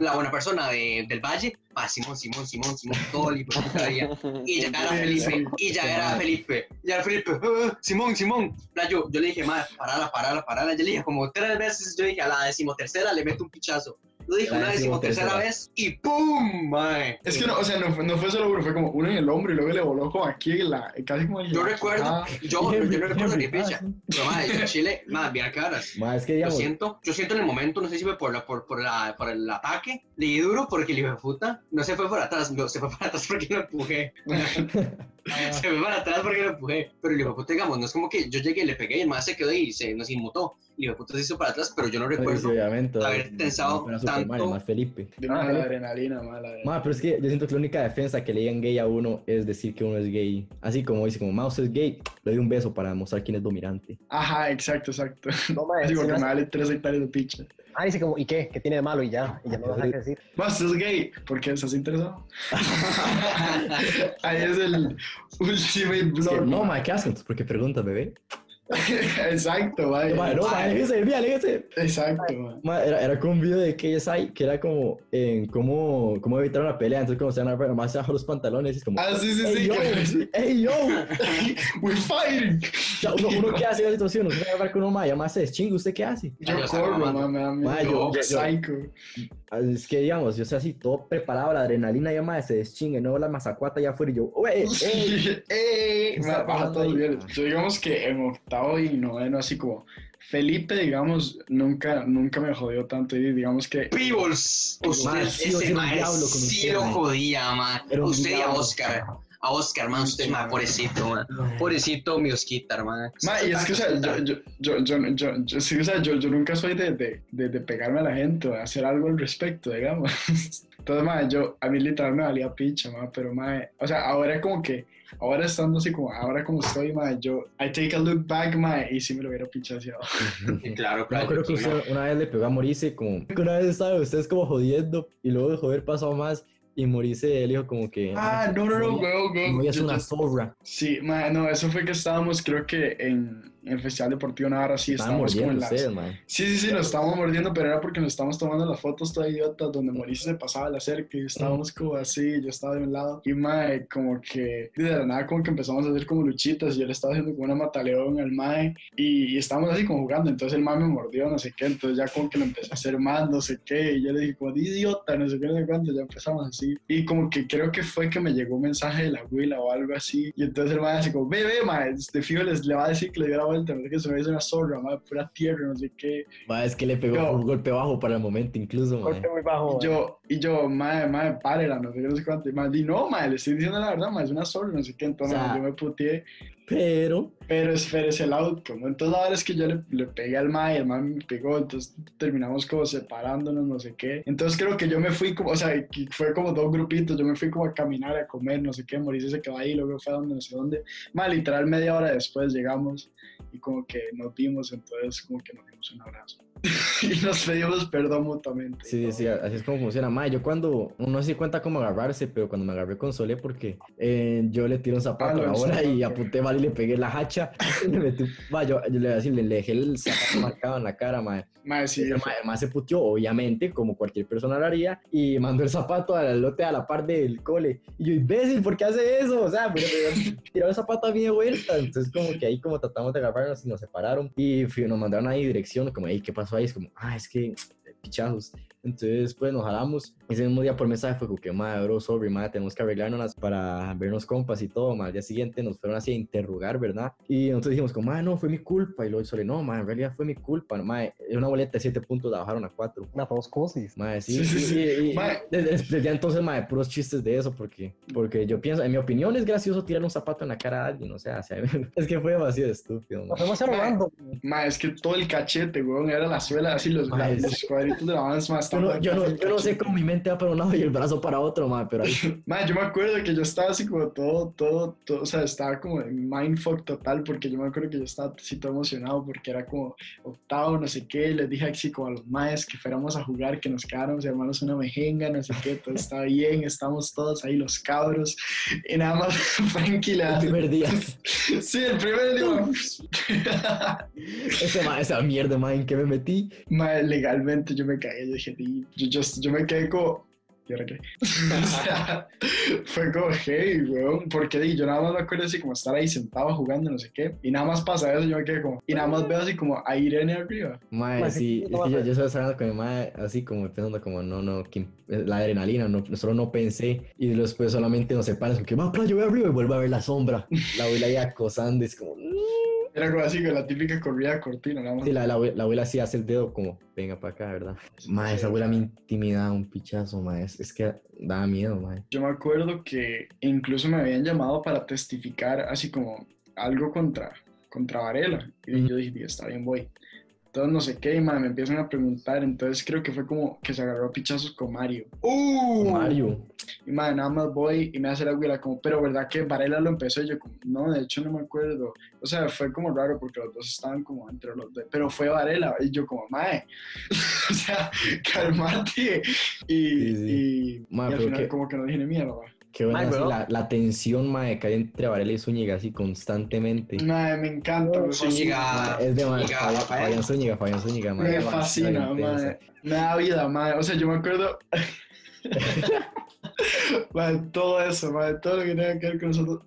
[SPEAKER 2] la buena persona de- del Valle, ah, Simón, Simón, Simón, Simón, todo el hijo de puta día. Y ya era Felipe, y ya era Felipe, ya era Felipe, "Ah, Simón, Simón. Ya yo, yo le dije, madre, parala, parala, parala. Yo le dije como tres veces, yo dije, a la decimotercera le meto un pichazo. Lo dije
[SPEAKER 3] La
[SPEAKER 2] una decimotercera
[SPEAKER 3] decimotercera.
[SPEAKER 2] vez y ¡pum! Mae.
[SPEAKER 1] Es que no, o sea, no, fue- no fue solo uno, fue como uno en el hombro y luego le voló como aquí, en la, casi como... en
[SPEAKER 2] Yo
[SPEAKER 1] la
[SPEAKER 2] recuerdo,
[SPEAKER 1] quijada.
[SPEAKER 2] yo, yo no recuerdo ni
[SPEAKER 3] Henry,
[SPEAKER 2] picha.
[SPEAKER 3] ah,
[SPEAKER 2] Pero madre, yo Chile, madre, bien caras.
[SPEAKER 3] sí. Ma, es que
[SPEAKER 2] Yo
[SPEAKER 3] digamos,
[SPEAKER 2] siento, yo siento en el momento, no sé si fue por, la, por, por, la, por el ataque, le di duro porque el hijo de puta no se fue para atrás, no se fue para atrás porque lo empujé.
[SPEAKER 3] Ah.
[SPEAKER 2] se fue para atrás porque lo empujé. Pero el hijo de puta, digamos, no es como que yo llegué y le pegué y el más se quedó ahí y se nos inmutó. El hijo de puta se hizo para atrás, pero yo no recuerdo.
[SPEAKER 3] obviamente,
[SPEAKER 2] haber
[SPEAKER 3] ma,
[SPEAKER 2] pensado
[SPEAKER 3] fuera Superman,
[SPEAKER 2] tanto-
[SPEAKER 3] y más Felipe.
[SPEAKER 1] De mala adrenalina, mala adrenalina.
[SPEAKER 3] Ma, pero es que yo siento que la única defensa que le digan gay a uno es decir que uno es gay. Así como dice, como, ma, usted es gay, le doy un beso para demostrar quién es dominante.
[SPEAKER 1] Ajá, exacto, exacto.
[SPEAKER 4] No,
[SPEAKER 3] Ah,
[SPEAKER 4] mae,
[SPEAKER 1] Digo
[SPEAKER 4] sí,
[SPEAKER 1] que me
[SPEAKER 4] mae.
[SPEAKER 1] vale tres hectáreas de picha.
[SPEAKER 4] Ah, dice como, ¿y qué? ¿Qué tiene de malo? Y ya, y ya no lo saca decir.
[SPEAKER 1] Más es gay, porque estás interesado. Ahí es el ultimate
[SPEAKER 3] Es que,
[SPEAKER 1] blog.
[SPEAKER 3] no, ma, ¿qué hacen? Entonces, ¿Por qué preguntas, bebé?
[SPEAKER 1] Exacto, mae.
[SPEAKER 3] Ma, no, ma, déjese, mira, déjese.
[SPEAKER 1] Exacto, mae.
[SPEAKER 3] Ma, era, era como un video de KSI que era como en cómo, cómo evitar una pelea. Entonces, como se van a pelear, más se bajó los pantalones y es como,
[SPEAKER 1] Ah, sí, sí,
[SPEAKER 3] ¡Ey,
[SPEAKER 1] sí.
[SPEAKER 3] yo! ¡Ey, yo!
[SPEAKER 1] We're fighting.
[SPEAKER 3] O sea, uno, uno qué hace en esa situación, usted va a hablar con uno más, llama se chingo, ¿usted qué hace?
[SPEAKER 1] Yo
[SPEAKER 2] Ay, yo estaba
[SPEAKER 1] corro,
[SPEAKER 2] Ah,
[SPEAKER 1] mae,
[SPEAKER 2] mamando.
[SPEAKER 1] me da miedo.
[SPEAKER 3] Mae,
[SPEAKER 2] yo-
[SPEAKER 1] Yo,
[SPEAKER 3] yo-
[SPEAKER 1] psycho.
[SPEAKER 3] Ah, Es que, digamos, yo soy así, todo preparado, la adrenalina ya más se deschingue, no la mazacuata ya afuera y yo, ¡Ey, ey!
[SPEAKER 1] Sí, Eh, ¡Ey!
[SPEAKER 3] ¿Qué
[SPEAKER 1] Mae,
[SPEAKER 3] está
[SPEAKER 1] baja
[SPEAKER 3] pasando
[SPEAKER 1] todos los
[SPEAKER 3] ahí?
[SPEAKER 1] niveles. Yo digamos que en octavo y noveno, así como... Felipe, digamos, nunca, nunca me jodió tanto y digamos que...
[SPEAKER 2] Peebles, usted,
[SPEAKER 3] Ma, sí, yo
[SPEAKER 2] ese
[SPEAKER 3] era un
[SPEAKER 2] mae
[SPEAKER 3] diablo con
[SPEAKER 2] sí
[SPEAKER 3] usted,
[SPEAKER 2] lo
[SPEAKER 3] ma.
[SPEAKER 2] jodía, ma.
[SPEAKER 3] Era un
[SPEAKER 2] Usted y a
[SPEAKER 3] diablo.
[SPEAKER 2] Oscar. A Oscar, ma, usted, ma, pobrecito, ma. Pobrecito mi Osquita, hermano.
[SPEAKER 1] Ma, y es que, o sea, yo, yo, yo, yo, yo, yo- sí, o sea, yo, yo nunca soy de, de, de, de pegarme a la gente o de hacer algo al respecto, digamos. Entonces, ma, yo, a mí literal me valía picha, ma, pero, ma, o sea, ahora como que, ahora estando así como, ahora como estoy, ma, yo, I take a look back, ma, y sí me lo hubiera pichaseado.
[SPEAKER 2] Sí, Claro,
[SPEAKER 3] Yo
[SPEAKER 2] claro.
[SPEAKER 3] creo que
[SPEAKER 2] yo-
[SPEAKER 3] usted una vez le pegó a Morice como... Una vez estaba ustedes como jodiendo y luego de joder pasó más y Morice le dijo como que...
[SPEAKER 1] Ah, no, no, no, weón, weón.
[SPEAKER 3] No voy a
[SPEAKER 1] Yo-
[SPEAKER 3] una
[SPEAKER 1] yo-
[SPEAKER 3] zorra.
[SPEAKER 1] Sí, ma, no, eso fue que estábamos, creo que en, en el Festival Deportivo Navarra, sí,
[SPEAKER 3] Estaban
[SPEAKER 1] estábamos como
[SPEAKER 3] mordiendo
[SPEAKER 1] en las...
[SPEAKER 3] ustedes, man.
[SPEAKER 1] Sí, sí, sí, nos estábamos mordiendo, pero era porque nos estábamos tomando las fotos toda idiotas donde Mauricio se pasaba la cerca y estábamos como así, yo estaba de un lado y mae, como que de la nada como que empezamos a hacer como luchitas y yo le estaba haciendo como una mataleón al mae y, y estábamos así como jugando, entonces el mae me mordió, no sé qué, entonces ya como que lo empecé a hacer más, no sé qué, y yo le dije como idiota, no sé qué, no sé cuánto, ya empezamos así y como que creo que fue que me llegó un mensaje de la abuela o algo así y entonces el mae así como, ve, ve, mae, este fijo les le va a decir que le dio la vuelta, me que se me hizo una zorra, madre, pura tierra, no sé qué.
[SPEAKER 3] Ma, es que le pegó
[SPEAKER 1] Yo.
[SPEAKER 3] un golpe bajo para el momento, incluso, ma.
[SPEAKER 4] Corte muy bajo.
[SPEAKER 1] Y yo, y yo, madre, madre, párela, no sé qué, no sé cuánto. Y madre, di, no, madre, le estoy diciendo la verdad, madre, es una zorra, no sé qué. Entonces,
[SPEAKER 3] O sea,
[SPEAKER 1] madre, yo me puteé,
[SPEAKER 3] Pero,
[SPEAKER 1] pero espérese el outcome. Entonces, la verdad es que yo le, le pegué al madre, el madre me pegó, entonces terminamos como separándonos, no sé qué. Entonces, creo que yo me fui como, o sea, que fue como dos grupitos, yo me fui como a caminar, a comer, no sé qué. Mauricio se quedó ahí, luego fue a donde, no sé dónde. Madre, literal, media hora después llegamos y como que nos vimos, entonces, como que nos dimos un abrazo. y nos pedimos perdón mutuamente. y
[SPEAKER 3] sí,
[SPEAKER 1] todo.
[SPEAKER 3] sí, así es como funciona. Ma, yo cuando, no sé si cuenta cómo agarrarse, pero cuando me agarré con Solé, porque eh, yo le tiré un zapato
[SPEAKER 1] Ah,
[SPEAKER 3] a
[SPEAKER 1] lo
[SPEAKER 3] la bola
[SPEAKER 1] del
[SPEAKER 3] y
[SPEAKER 1] zapato.
[SPEAKER 3] apunté mal y le pegué la hacha. le metí, ma, yo, yo le voy a decir, le, le dejé el zapato marcado en la cara, ma.
[SPEAKER 1] Madre, sí,
[SPEAKER 3] Y
[SPEAKER 1] yo-
[SPEAKER 3] el ma, el ma se puteó, obviamente, como cualquier persona lo haría, y mandó el zapato al lote a la par del cole. Y yo, imbécil, ¿por qué hace eso? O sea, pero pero tiró el zapato a mí de vuelta. Entonces, como que ahí, como tratamos de agarrarnos y nos separaron. Y fui- nos mandaron ahí dirección, como, "Ey, ¿qué pasó ahí? Es como, ah, es que pichazos. Entonces, pues nos jalamos. Ese mismo día por mensaje fue como que, madre, bro, sorry, madre, tenemos que arreglárnoslas para vernos compas y todo. Madre, al día siguiente nos fueron así a interrogar, ¿verdad? Y nosotros dijimos, como, madre, no, fue mi culpa. Y luego Sole, no, madre, en realidad fue mi culpa. Madre, era una boleta de 7 puntos la bajaron a 4.
[SPEAKER 4] Una foscosis.
[SPEAKER 3] Madre, sí.
[SPEAKER 1] Sí, sí,
[SPEAKER 3] y-
[SPEAKER 1] sí.
[SPEAKER 3] y- y-
[SPEAKER 1] Mae.
[SPEAKER 3] Desde, desde ya entonces, madre, puros chistes de eso, porque, porque yo pienso, en mi opinión, es gracioso tirar un zapato en la cara a alguien. O sea, o sea, es que fue demasiado estúpido,
[SPEAKER 4] Nos
[SPEAKER 3] madre.
[SPEAKER 4] fuimos hablando.
[SPEAKER 1] Ma, es que todo el cachete, weón, era la suela, así los,
[SPEAKER 3] Ma,
[SPEAKER 1] la-
[SPEAKER 3] es-
[SPEAKER 1] los cuadritos de la Vans, ma,
[SPEAKER 3] Yo
[SPEAKER 1] estaban
[SPEAKER 3] no, yo, no,
[SPEAKER 1] casi el
[SPEAKER 3] yo no sé
[SPEAKER 1] cachete.
[SPEAKER 3] cómo mi mente va para un lado y el brazo para otro, madre, pero ahí
[SPEAKER 1] Ma, yo me acuerdo que yo estaba así como todo, todo, todo, o sea, estaba como en mindfuck total, porque yo me acuerdo que yo estaba así todo emocionado, porque era como octavo, no sé qué, y les dije así como a los maes que fuéramos a jugar, que nos quedáramos hermanos una mejenga, no sé qué, todo está bien, estamos todos ahí los cabros, y nada más Frankie le
[SPEAKER 3] el
[SPEAKER 1] hace-
[SPEAKER 3] primer día.
[SPEAKER 1] Sí, el primer día.
[SPEAKER 3] Ese ma- esa mierda, man, ¿en qué me metí?
[SPEAKER 1] Mae, legalmente yo me caí, yo dije, "Di", yo, yo, yo me quedé como, ¿y ahora qué? o sea, fue como, hey, weón, porque di, yo nada más me acuerdo así como estar ahí sentado jugando, no sé qué, y nada más pasa eso, yo me quedé como, y nada más veo así como a Irene arriba.
[SPEAKER 3] Mae,
[SPEAKER 4] Mae,
[SPEAKER 3] sí,
[SPEAKER 4] sí,
[SPEAKER 3] es que
[SPEAKER 4] no va a
[SPEAKER 3] yo,
[SPEAKER 4] ser.
[SPEAKER 3] yo estaba hablando con mi madre, así como pensando, como, no, no, que- la adrenalina, no, solo no pensé, y después solamente nos separas, como que, más yo voy arriba y vuelvo a ver la sombra. La abuela ahí acosando, es como,
[SPEAKER 1] Era como así, con la típica corrida cortina, nada más.
[SPEAKER 3] sí, la, la abue- la abuela así hace el dedo, como, venga para acá, ¿verdad? Mae, esa abuela me intimidaba un pichazo, mae, es, es que daba miedo,
[SPEAKER 4] Uh.
[SPEAKER 3] mae.
[SPEAKER 1] Yo me acuerdo que incluso me habían llamado para testificar así como algo contra, contra Varela. Y
[SPEAKER 3] Ujú.
[SPEAKER 1] yo dije, "Di, está bien, voy. Entonces no sé qué, y madre, me empiezan a preguntar. Entonces creo que fue como que se agarró a pichazos con Mario. ¡Uh!
[SPEAKER 3] Mario,
[SPEAKER 1] Y madre, nada más voy y me hace la güera como, pero ¿verdad que Varela lo empezó? Y yo como, no, de hecho no me acuerdo. O sea, fue como raro porque los dos estaban como entre los dos. Pero fue Varela. Y yo como, madre, o sea, calmate. Y,
[SPEAKER 3] Sí, sí.
[SPEAKER 1] y-
[SPEAKER 3] Mae,
[SPEAKER 1] y al
[SPEAKER 3] pero
[SPEAKER 1] final
[SPEAKER 3] qué-
[SPEAKER 1] como que no dije ni mierda. mae.
[SPEAKER 3] qué buena,
[SPEAKER 4] Mae,
[SPEAKER 3] así,
[SPEAKER 4] bro.
[SPEAKER 3] la, la tensión, mae, que hay entre Varela y Zúñiga, así constantemente.
[SPEAKER 1] Mae, me encanta, me
[SPEAKER 6] ah,
[SPEAKER 1] fascina.
[SPEAKER 2] Zúñiga.
[SPEAKER 3] Es de mae,
[SPEAKER 2] Zúñiga,
[SPEAKER 3] Fabián,
[SPEAKER 2] Rafael.
[SPEAKER 3] Fabián Zúñiga, Fabián Zúñiga, mae.
[SPEAKER 1] Me
[SPEAKER 3] demasiado
[SPEAKER 1] fascina,
[SPEAKER 3] intenso.
[SPEAKER 1] mae. Me da vida, mae. O sea, yo me acuerdo. mae, todo eso, mae, todo lo que tenga que ver con nosotros.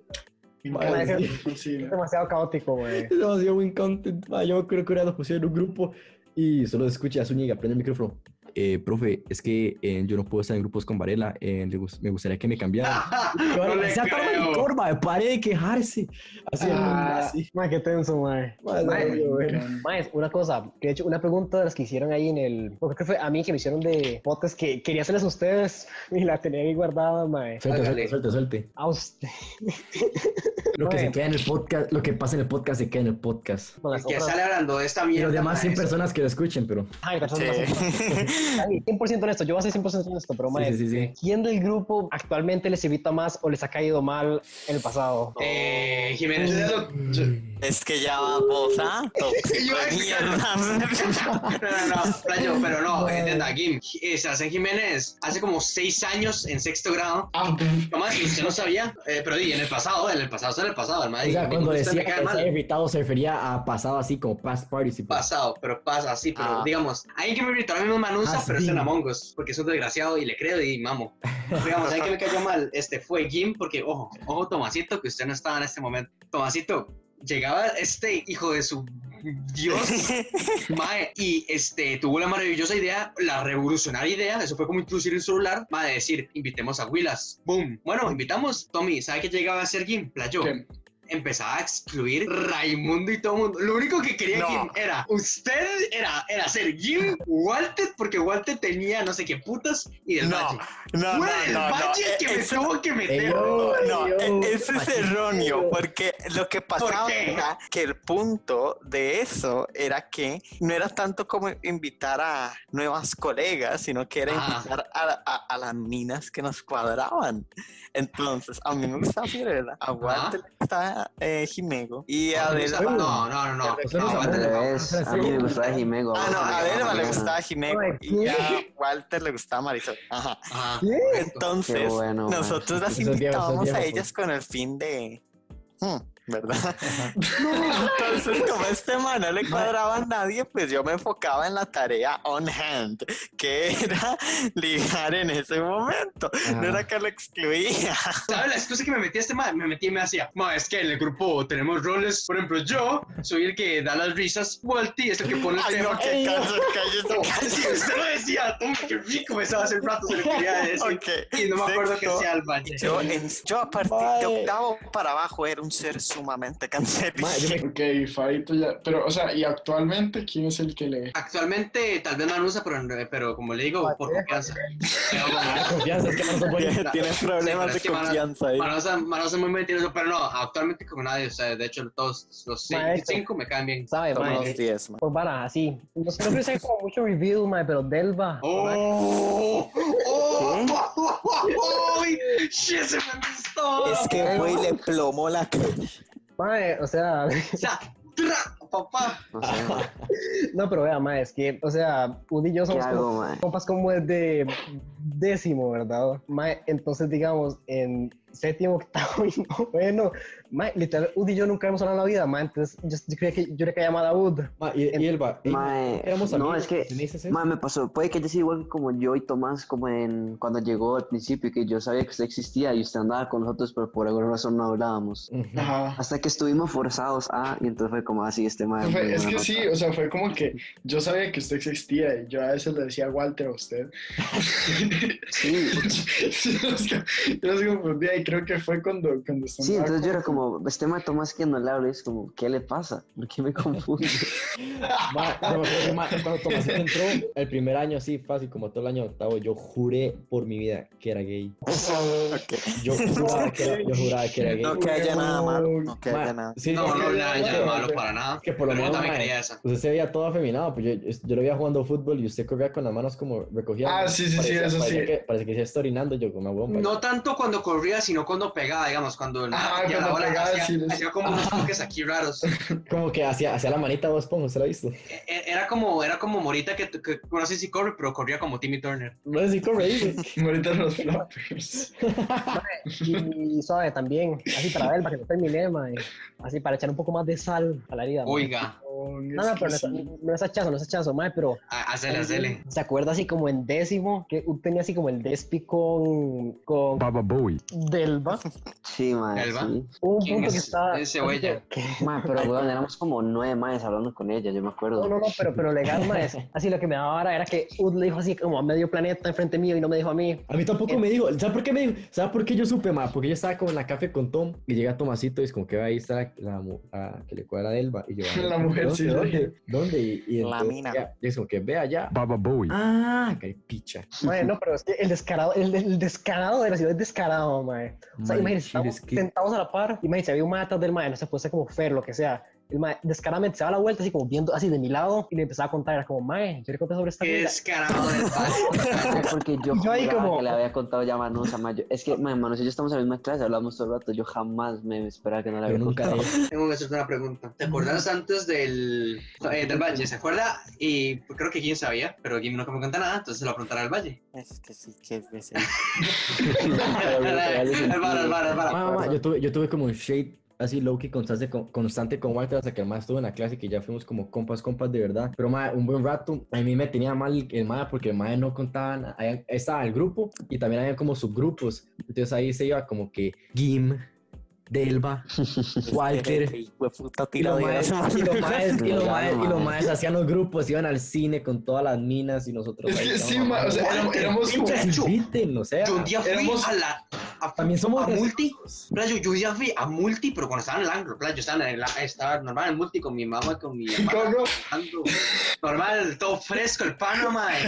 [SPEAKER 1] Me
[SPEAKER 3] Mae,
[SPEAKER 1] encanta,
[SPEAKER 4] sí.
[SPEAKER 1] me fascina.
[SPEAKER 4] Es demasiado caótico, güey.
[SPEAKER 3] Es demasiado buen content. ma. Yo creo que una vez nos pusieron en un grupo y solo se escucha a Zúñiga, prende el micrófono. Eh, profe, es que eh, yo no puedo estar en grupos con Varela. eh, le gus- me gustaría que me cambiara. Y
[SPEAKER 2] no
[SPEAKER 3] Varela,
[SPEAKER 2] le
[SPEAKER 3] sea tan
[SPEAKER 2] creo.
[SPEAKER 3] maricón, ma, pare de quejarse. Así,
[SPEAKER 1] Ah.
[SPEAKER 3] así.
[SPEAKER 4] Mae, qué tenso, mae.
[SPEAKER 3] Ma,
[SPEAKER 1] Mae,
[SPEAKER 3] no,
[SPEAKER 1] me
[SPEAKER 3] yo, bueno.
[SPEAKER 1] encanta.
[SPEAKER 4] Maes, una cosa, que de hecho, una pregunta de las que hicieron ahí en el. Porque creo que fue a mí que me hicieron de botes que quería hacerles a ustedes y la tenía ahí guardada, mae.
[SPEAKER 3] Suelte, suelte,
[SPEAKER 2] Hágale.
[SPEAKER 3] suelte, suelte.
[SPEAKER 4] A usted.
[SPEAKER 3] Lo que
[SPEAKER 4] Mae.
[SPEAKER 3] se queda en el podcast, lo que pasa en el podcast se queda en el podcast.
[SPEAKER 4] Con
[SPEAKER 2] Y
[SPEAKER 4] las
[SPEAKER 2] que
[SPEAKER 4] otras.
[SPEAKER 2] sale hablando de esta
[SPEAKER 3] Y
[SPEAKER 2] mierda.
[SPEAKER 3] los demás 100
[SPEAKER 2] maes.
[SPEAKER 3] personas que lo escuchen, pero.
[SPEAKER 4] Ay, las
[SPEAKER 6] Sí.
[SPEAKER 4] otras más. Ay, 100% honesto, yo voy a ser 100% honesto, pero mae.
[SPEAKER 3] Sí, sí, sí, sí.
[SPEAKER 4] ¿Quién del grupo actualmente les evita más o les ha caído mal en el pasado?
[SPEAKER 2] Eh,
[SPEAKER 1] Yo ya
[SPEAKER 2] Jiménez.
[SPEAKER 1] lo- yo-
[SPEAKER 6] Es que ya va vos, ¿ah? Tóxico de mierda.
[SPEAKER 2] No, no, no, playo, pero no, entienda, Kim. Eh, Sebastián Jiménez hace como seis años en sexto grado.
[SPEAKER 1] Ah, pum.
[SPEAKER 2] Tomás, usted no sabía, eh, pero di, en el pasado, en el pasado, eso en el pasado, el
[SPEAKER 3] O
[SPEAKER 2] Madrid.
[SPEAKER 3] sea, cuando decía que
[SPEAKER 2] cae
[SPEAKER 3] se
[SPEAKER 2] mal.
[SPEAKER 3] había irritado, se refería a pasado así como past parties y pues,
[SPEAKER 2] pasado, pero pasa así, pero
[SPEAKER 6] Ah.
[SPEAKER 2] digamos, hay que me gritó la misma Manusa,
[SPEAKER 3] Ah,
[SPEAKER 2] pero
[SPEAKER 3] sí.
[SPEAKER 2] es en Amongos, porque es un desgraciado y le creo y mamo. digamos, hay que me cayó mal, este fue Jim, porque ojo, ojo Tomasito, que usted no estaba en este momento. Tomasito, llegaba este hijo de su Dios, mae, y este tuvo la maravillosa idea, la revolucionaria idea, eso fue como introducir el celular, mae, decir, invitemos a Willas, boom. Bueno, invitamos, Tommy, ¿sabe qué llegaba a ser Jim? Playo.
[SPEAKER 1] ¿Qué?
[SPEAKER 2] empezaba a excluir Raimundo y todo el mundo. Lo único que quería
[SPEAKER 6] No.
[SPEAKER 2] Jim era usted, era, era ser Jim Walter, porque Walter tenía no sé qué putas y del
[SPEAKER 6] No,
[SPEAKER 2] valle.
[SPEAKER 6] No, no,
[SPEAKER 2] Fuera del
[SPEAKER 6] no, no.
[SPEAKER 2] valle
[SPEAKER 6] eh,
[SPEAKER 2] que me
[SPEAKER 6] eso-
[SPEAKER 2] tuvo que meter.
[SPEAKER 3] yo-
[SPEAKER 6] No,
[SPEAKER 3] Ay, yo,
[SPEAKER 6] e- ese es
[SPEAKER 3] machista.
[SPEAKER 6] erróneo, porque lo que pasaba
[SPEAKER 2] ¿Por qué?
[SPEAKER 6] era que el punto de eso era que no era tanto como invitar a nuevas colegas, sino que era
[SPEAKER 2] Ah.
[SPEAKER 6] invitar a, a- a las ninas que nos cuadraban. Entonces, a mí me gustaba Fiorella, a Walter le gustaba eh, Jimego y a
[SPEAKER 2] No,
[SPEAKER 6] Adela.
[SPEAKER 2] no, no,
[SPEAKER 6] No,
[SPEAKER 2] no, no.
[SPEAKER 6] Pero
[SPEAKER 2] no,
[SPEAKER 3] no,
[SPEAKER 2] Walter le-
[SPEAKER 5] Al revés, a mí me gustaba Jimego.
[SPEAKER 6] Ah, no, a Adela le gustaba Jimego
[SPEAKER 4] Ay,
[SPEAKER 6] y a Walter le gustaba Marisol. Ajá.
[SPEAKER 2] Ajá.
[SPEAKER 4] ¿Qué?
[SPEAKER 6] Entonces,
[SPEAKER 5] Qué bueno, man.
[SPEAKER 6] nosotros las
[SPEAKER 3] Esos viejos, esos
[SPEAKER 6] invitábamos a
[SPEAKER 3] viejos.
[SPEAKER 6] ellas con el fin de. hmm, ¿Verdad? Entonces, como a este man no le cuadraba a nadie, pues yo me enfocaba en la tarea on hand, que era ligar en ese momento. No era que lo excluía.
[SPEAKER 2] ¿Sabes la excusa que me metí a este man? Me metí y me hacía, "Ma, es que en el grupo tenemos roles. Por ejemplo, yo soy el que da las risas, Walty es el que pone el
[SPEAKER 6] Ay,
[SPEAKER 2] tema.
[SPEAKER 6] no, que calles, calles,
[SPEAKER 2] Sí, usted lo decía, toma que rico, me estaba hace rato, se lo quería decir.
[SPEAKER 6] Ok.
[SPEAKER 2] Y no me acuerdo que
[SPEAKER 6] Sexto,
[SPEAKER 2] sea el valle.
[SPEAKER 6] Yo, en- yo a partir de
[SPEAKER 4] Mae.
[SPEAKER 6] octavo para abajo era un ser sumamente
[SPEAKER 3] Mae, yo
[SPEAKER 6] cancerígeno.
[SPEAKER 3] me-
[SPEAKER 1] Ok, Fabito ya. Pero, o sea, ¿y actualmente quién es el que le.?
[SPEAKER 2] Actualmente, tal vez no usa, pero, pero como le digo, por confianza.
[SPEAKER 3] Ah, Confianza, es que no se puede.
[SPEAKER 2] Tiene- tiene problemas de
[SPEAKER 6] confianza
[SPEAKER 2] Manosa, Manosa es muy mentiroso, pero no, actualmente como nadie, o sea, de hecho todos los cinco,
[SPEAKER 4] Maestro.
[SPEAKER 2] cinco me cambian.
[SPEAKER 4] ¿Sabe, mae?
[SPEAKER 6] Todos 10,
[SPEAKER 4] Por vara, así. No sé, no creo que sea como mucho review, mae, pero Delva.
[SPEAKER 2] ¡Oh! ¡Oh! ¡Oh! ¡Oh! ¡Oh! ¡Shit, se me gustó!
[SPEAKER 6] Es que güey le plomó la cara.
[SPEAKER 4] Mae, o sea,
[SPEAKER 2] O sea, tra- papá.
[SPEAKER 5] No sé, man.
[SPEAKER 4] no, pero vea, mae, es que, o sea, Udi y yo
[SPEAKER 5] ¿Qué
[SPEAKER 4] somos como
[SPEAKER 5] hago, man?
[SPEAKER 4] compas como desde décimo, ¿verdad? Mae, entonces, digamos, en séptimo, octavo y noveno, mae, literal, Ud y yo nunca hemos hablado en la vida, mae, entonces yo, yo creía que yo le caía mal a Ud.
[SPEAKER 3] Mae, y, y el va. y-
[SPEAKER 5] Mae,
[SPEAKER 3] éramos
[SPEAKER 5] no,
[SPEAKER 3] amigos,
[SPEAKER 5] es que-
[SPEAKER 3] ¿me dices eso?
[SPEAKER 5] Man, me pasó, puede que haya sido igual que como yo y Tomás, como en cuando llegó al principio, que yo sabía que usted existía y usted andaba con nosotros, pero por alguna razón no hablábamos.
[SPEAKER 3] Ujú.
[SPEAKER 1] Ajá.
[SPEAKER 5] Hasta que estuvimos forzados a, y entonces fue como así, este man.
[SPEAKER 1] Fue-
[SPEAKER 5] muy
[SPEAKER 1] es que
[SPEAKER 5] buena
[SPEAKER 1] sí,
[SPEAKER 5] nota.
[SPEAKER 1] o sea, fue como que yo sabía que usted existía y yo a veces le decía Walter a usted.
[SPEAKER 5] Sí,
[SPEAKER 1] yo los- yo los confundía y creo que fue cuando, cuando usted
[SPEAKER 5] sí,
[SPEAKER 1] andaba
[SPEAKER 5] entonces yo
[SPEAKER 1] con-
[SPEAKER 5] era como, este man Tomás que no le habla, y es como, ¿qué le pasa? ¿Por qué me confunde?
[SPEAKER 3] Ma, yo me acuerdo que, ma, cuando Tomasito entró, el primer año así, fácil, como todo el año octavo, yo juré por mi vida que era gay. Yo juraba que era, yo juraba que era gay.
[SPEAKER 6] No que haya nada malo. No que
[SPEAKER 3] Ma,
[SPEAKER 6] haya nada.
[SPEAKER 3] sí,
[SPEAKER 2] No,
[SPEAKER 3] sí,
[SPEAKER 2] no,
[SPEAKER 3] sí,
[SPEAKER 2] nada,
[SPEAKER 3] sí,
[SPEAKER 2] ya
[SPEAKER 3] sí,
[SPEAKER 2] malo
[SPEAKER 3] sí.
[SPEAKER 2] para nada.
[SPEAKER 3] Es que por lo
[SPEAKER 2] Pero yo
[SPEAKER 3] menos,
[SPEAKER 2] también
[SPEAKER 3] ma,
[SPEAKER 2] quería esa.
[SPEAKER 3] usted se veía todo afeminado, pues yo, yo lo veía jugando fútbol y usted corría con las manos como recogía.
[SPEAKER 1] Ah, sí, sí, sí, eso
[SPEAKER 3] parecía
[SPEAKER 1] sí.
[SPEAKER 3] Que, parece que se está orinando yo como una bomba.
[SPEAKER 2] No tanto cuando corría, sino cuando pegaba, digamos, cuando
[SPEAKER 1] Ah,
[SPEAKER 2] y a
[SPEAKER 1] cuando
[SPEAKER 2] hora
[SPEAKER 1] pegaba,
[SPEAKER 2] hacía,
[SPEAKER 1] sí, les-
[SPEAKER 2] hacía como unos toques aquí raros.
[SPEAKER 3] Como que hacia, hacia la manita vos pongo, ¿se lo ha visto?
[SPEAKER 2] E- e- Era como, era como Morita que, que- no sé si corre, pero corría como Timmy Turner.
[SPEAKER 3] No sé si corre, pues. dice.
[SPEAKER 1] Ahorita los flappers.
[SPEAKER 4] Y suave también, así para ver, para que no termine, mae. Así para echar un poco más de sal a la herida. mae.
[SPEAKER 2] Oiga,
[SPEAKER 4] No, no, pero no, es- no es hachazo, no es hachazo, mae, pero
[SPEAKER 2] a- hacele, hacele.
[SPEAKER 4] ¿se acuerda así como en décimo? Que Ud tenía así como el despi con, con
[SPEAKER 7] Baba Bowie.
[SPEAKER 4] Delva.
[SPEAKER 5] Sí, man.
[SPEAKER 2] ¿Elba?
[SPEAKER 5] Sí.
[SPEAKER 4] Hubo un
[SPEAKER 2] ¿Quién
[SPEAKER 4] punto
[SPEAKER 2] es
[SPEAKER 4] que estaba...
[SPEAKER 2] ese güey ya?
[SPEAKER 4] que-
[SPEAKER 5] Man, pero weón, éramos como nueve manes hablando con ella, yo me acuerdo.
[SPEAKER 4] No, no, no, pero, pero legal, mae. Así lo que me daba ahora era que Ud le dijo así como a medio planeta enfrente mío y no me dijo a mí.
[SPEAKER 3] A mí tampoco me dijo, ¿sabes por qué me dijo? ¿Sabes por qué yo supe, ma? Porque yo estaba como en la café con Tom y llega Tomasito y es como que va ahí está la, mu- la que le cuadra a Elba y yo,
[SPEAKER 1] La
[SPEAKER 3] "Ay,
[SPEAKER 1] mujer,
[SPEAKER 3] ¿dónde,
[SPEAKER 1] sí,
[SPEAKER 3] ¿Dónde? ¿Dónde? Y, y
[SPEAKER 6] La
[SPEAKER 3] entonces
[SPEAKER 6] mina.
[SPEAKER 3] ya- Y es como que vea allá.
[SPEAKER 7] Baba Bowie.
[SPEAKER 3] Ah, que picha.
[SPEAKER 4] Mae, no, pero es que el descarado, el, el descarado de la ciudad es descarado, mae. O sea,
[SPEAKER 3] Mae,
[SPEAKER 4] imagínense,
[SPEAKER 3] sí,
[SPEAKER 4] estamos
[SPEAKER 3] es que-
[SPEAKER 4] sentados a la par. Imagínense, había un mae atrás del mae, no sé, puede ser como Fer, lo que sea. El mae descaradamente se da la vuelta, así como viendo así de mi lado, y le empezaba a contar. Era como, mae, yo le conté sobre esta
[SPEAKER 2] Qué
[SPEAKER 4] vida.
[SPEAKER 2] descarado del
[SPEAKER 5] Ah, Porque yo,
[SPEAKER 4] Yo ahí
[SPEAKER 5] juraba
[SPEAKER 4] como-
[SPEAKER 5] que le había contado ya a Manusa, ma, yo- es que, man, Manusa y yo estamos en la misma clase, hablamos todo el rato, yo jamás me esperaba que no le
[SPEAKER 3] Yo
[SPEAKER 5] había
[SPEAKER 3] nunca
[SPEAKER 5] contado.
[SPEAKER 3] dije.
[SPEAKER 2] Tengo que hacerte una pregunta. ¿Te acordás antes del, eh, del Valle? ¿Se acuerda? Y creo que Jim sabía, pero Jim no me cuenta nada, entonces se lo preguntará al Valle.
[SPEAKER 6] Es que sí, que es
[SPEAKER 2] Álvaro, Álvaro,
[SPEAKER 3] Ma,
[SPEAKER 5] Ah,
[SPEAKER 2] Álvaro.
[SPEAKER 3] ma, ma, Ah, yo, tuve, yo tuve como un shade así low-key constante con, constante con Walter hasta que más estuvo en la clase que ya fuimos como compas, compas de verdad. Pero ma, un buen rato a mí me tenía mal el, el ma porque el ma no contaban, ahí estaba el grupo y también había como subgrupos. Entonces ahí se iba como que Gim, Delva, Walter.
[SPEAKER 6] Fue puta
[SPEAKER 3] Y los
[SPEAKER 6] tiradera.
[SPEAKER 3] maes- y los maes- y los maes- y los
[SPEAKER 5] Claro,
[SPEAKER 3] maes hacían los grupos, iban al cine con todas las minas y nosotros
[SPEAKER 1] Es
[SPEAKER 3] ahí
[SPEAKER 1] que sí,
[SPEAKER 3] estábamos
[SPEAKER 1] ma, o sea,
[SPEAKER 3] mamando.
[SPEAKER 1] éramos, éramos como-
[SPEAKER 3] Invítennos, o sea.
[SPEAKER 2] Yo un día fui
[SPEAKER 1] Éramos-
[SPEAKER 2] a la. a,
[SPEAKER 4] También somos
[SPEAKER 2] a multi. Playa, yo, yo ya fui a multi, pero cuando estaba en el anglo, playa, yo estaba, en el- estaba normal en multi con mi mamá, y con mi hermana.
[SPEAKER 1] ¿Cómo?
[SPEAKER 2] Ando, Normal, todo fresco, el pano, mae.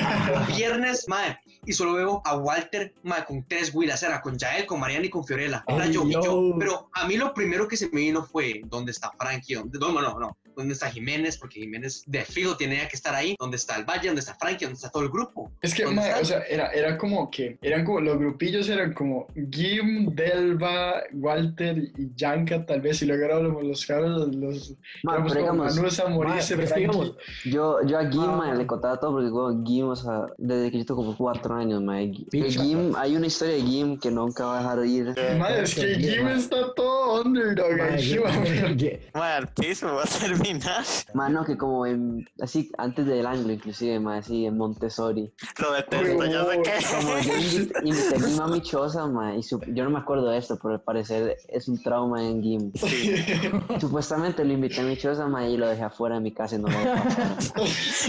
[SPEAKER 2] Viernes, mae. Y solo veo a Walter, mae, con tres Willas. Era con Jael, con Mariana y con Fiorella. Era
[SPEAKER 3] Ay,
[SPEAKER 2] yo, y yo.
[SPEAKER 3] no.
[SPEAKER 2] Pero a mí lo primero que se me vino fue: ¿dónde está Frankie? ¿Dónde, no, no, no, no. ¿Dónde está Jiménez? Porque Jiménez de fijo tenía que estar ahí. ¿Dónde está el Valle? ¿Dónde está Frankie? ¿Dónde está todo el grupo?
[SPEAKER 1] Es que,
[SPEAKER 2] ¿Dónde
[SPEAKER 1] mae,
[SPEAKER 2] están?
[SPEAKER 1] o sea, era, era como que, eran como, los grupillos eran como Gim, Delva, Walter y Yanka, tal vez, y luego éramos los cabros, los, los
[SPEAKER 5] Ma,
[SPEAKER 1] éramos
[SPEAKER 5] pero
[SPEAKER 1] como
[SPEAKER 5] digamos,
[SPEAKER 1] Manusa, Maurice,
[SPEAKER 3] pero es que
[SPEAKER 1] Frankie.
[SPEAKER 3] digamos,
[SPEAKER 5] yo, yo a Gim,
[SPEAKER 4] Ah.
[SPEAKER 5] mae, le contaba todo porque weón, Gim, o sea, desde que yo tengo como cuatro años, mae. Gui- el
[SPEAKER 3] Picha.
[SPEAKER 5] Gim, hay una historia de Gim que nunca va a dejar de ir.
[SPEAKER 1] Madre, es que Gim está todo underdog,
[SPEAKER 3] Mae,
[SPEAKER 1] ahí,
[SPEAKER 3] eh, yo-
[SPEAKER 1] mae.
[SPEAKER 3] yo-
[SPEAKER 6] Mae, al piso, va a terminar.
[SPEAKER 5] Mano, que como en, así, antes del anglo inclusive, mae, así, en Montessori.
[SPEAKER 6] Lo detesto, ya sé
[SPEAKER 5] Como
[SPEAKER 6] que.
[SPEAKER 5] yo invi- invité a mi mami chosa, mae, y su- yo no me acuerdo de esto, pero al parecer es un trauma en Gim.
[SPEAKER 6] Sí.
[SPEAKER 5] Supuestamente lo invité a mi choza, ma, y lo dejé afuera de mi casa y no me lo pasó.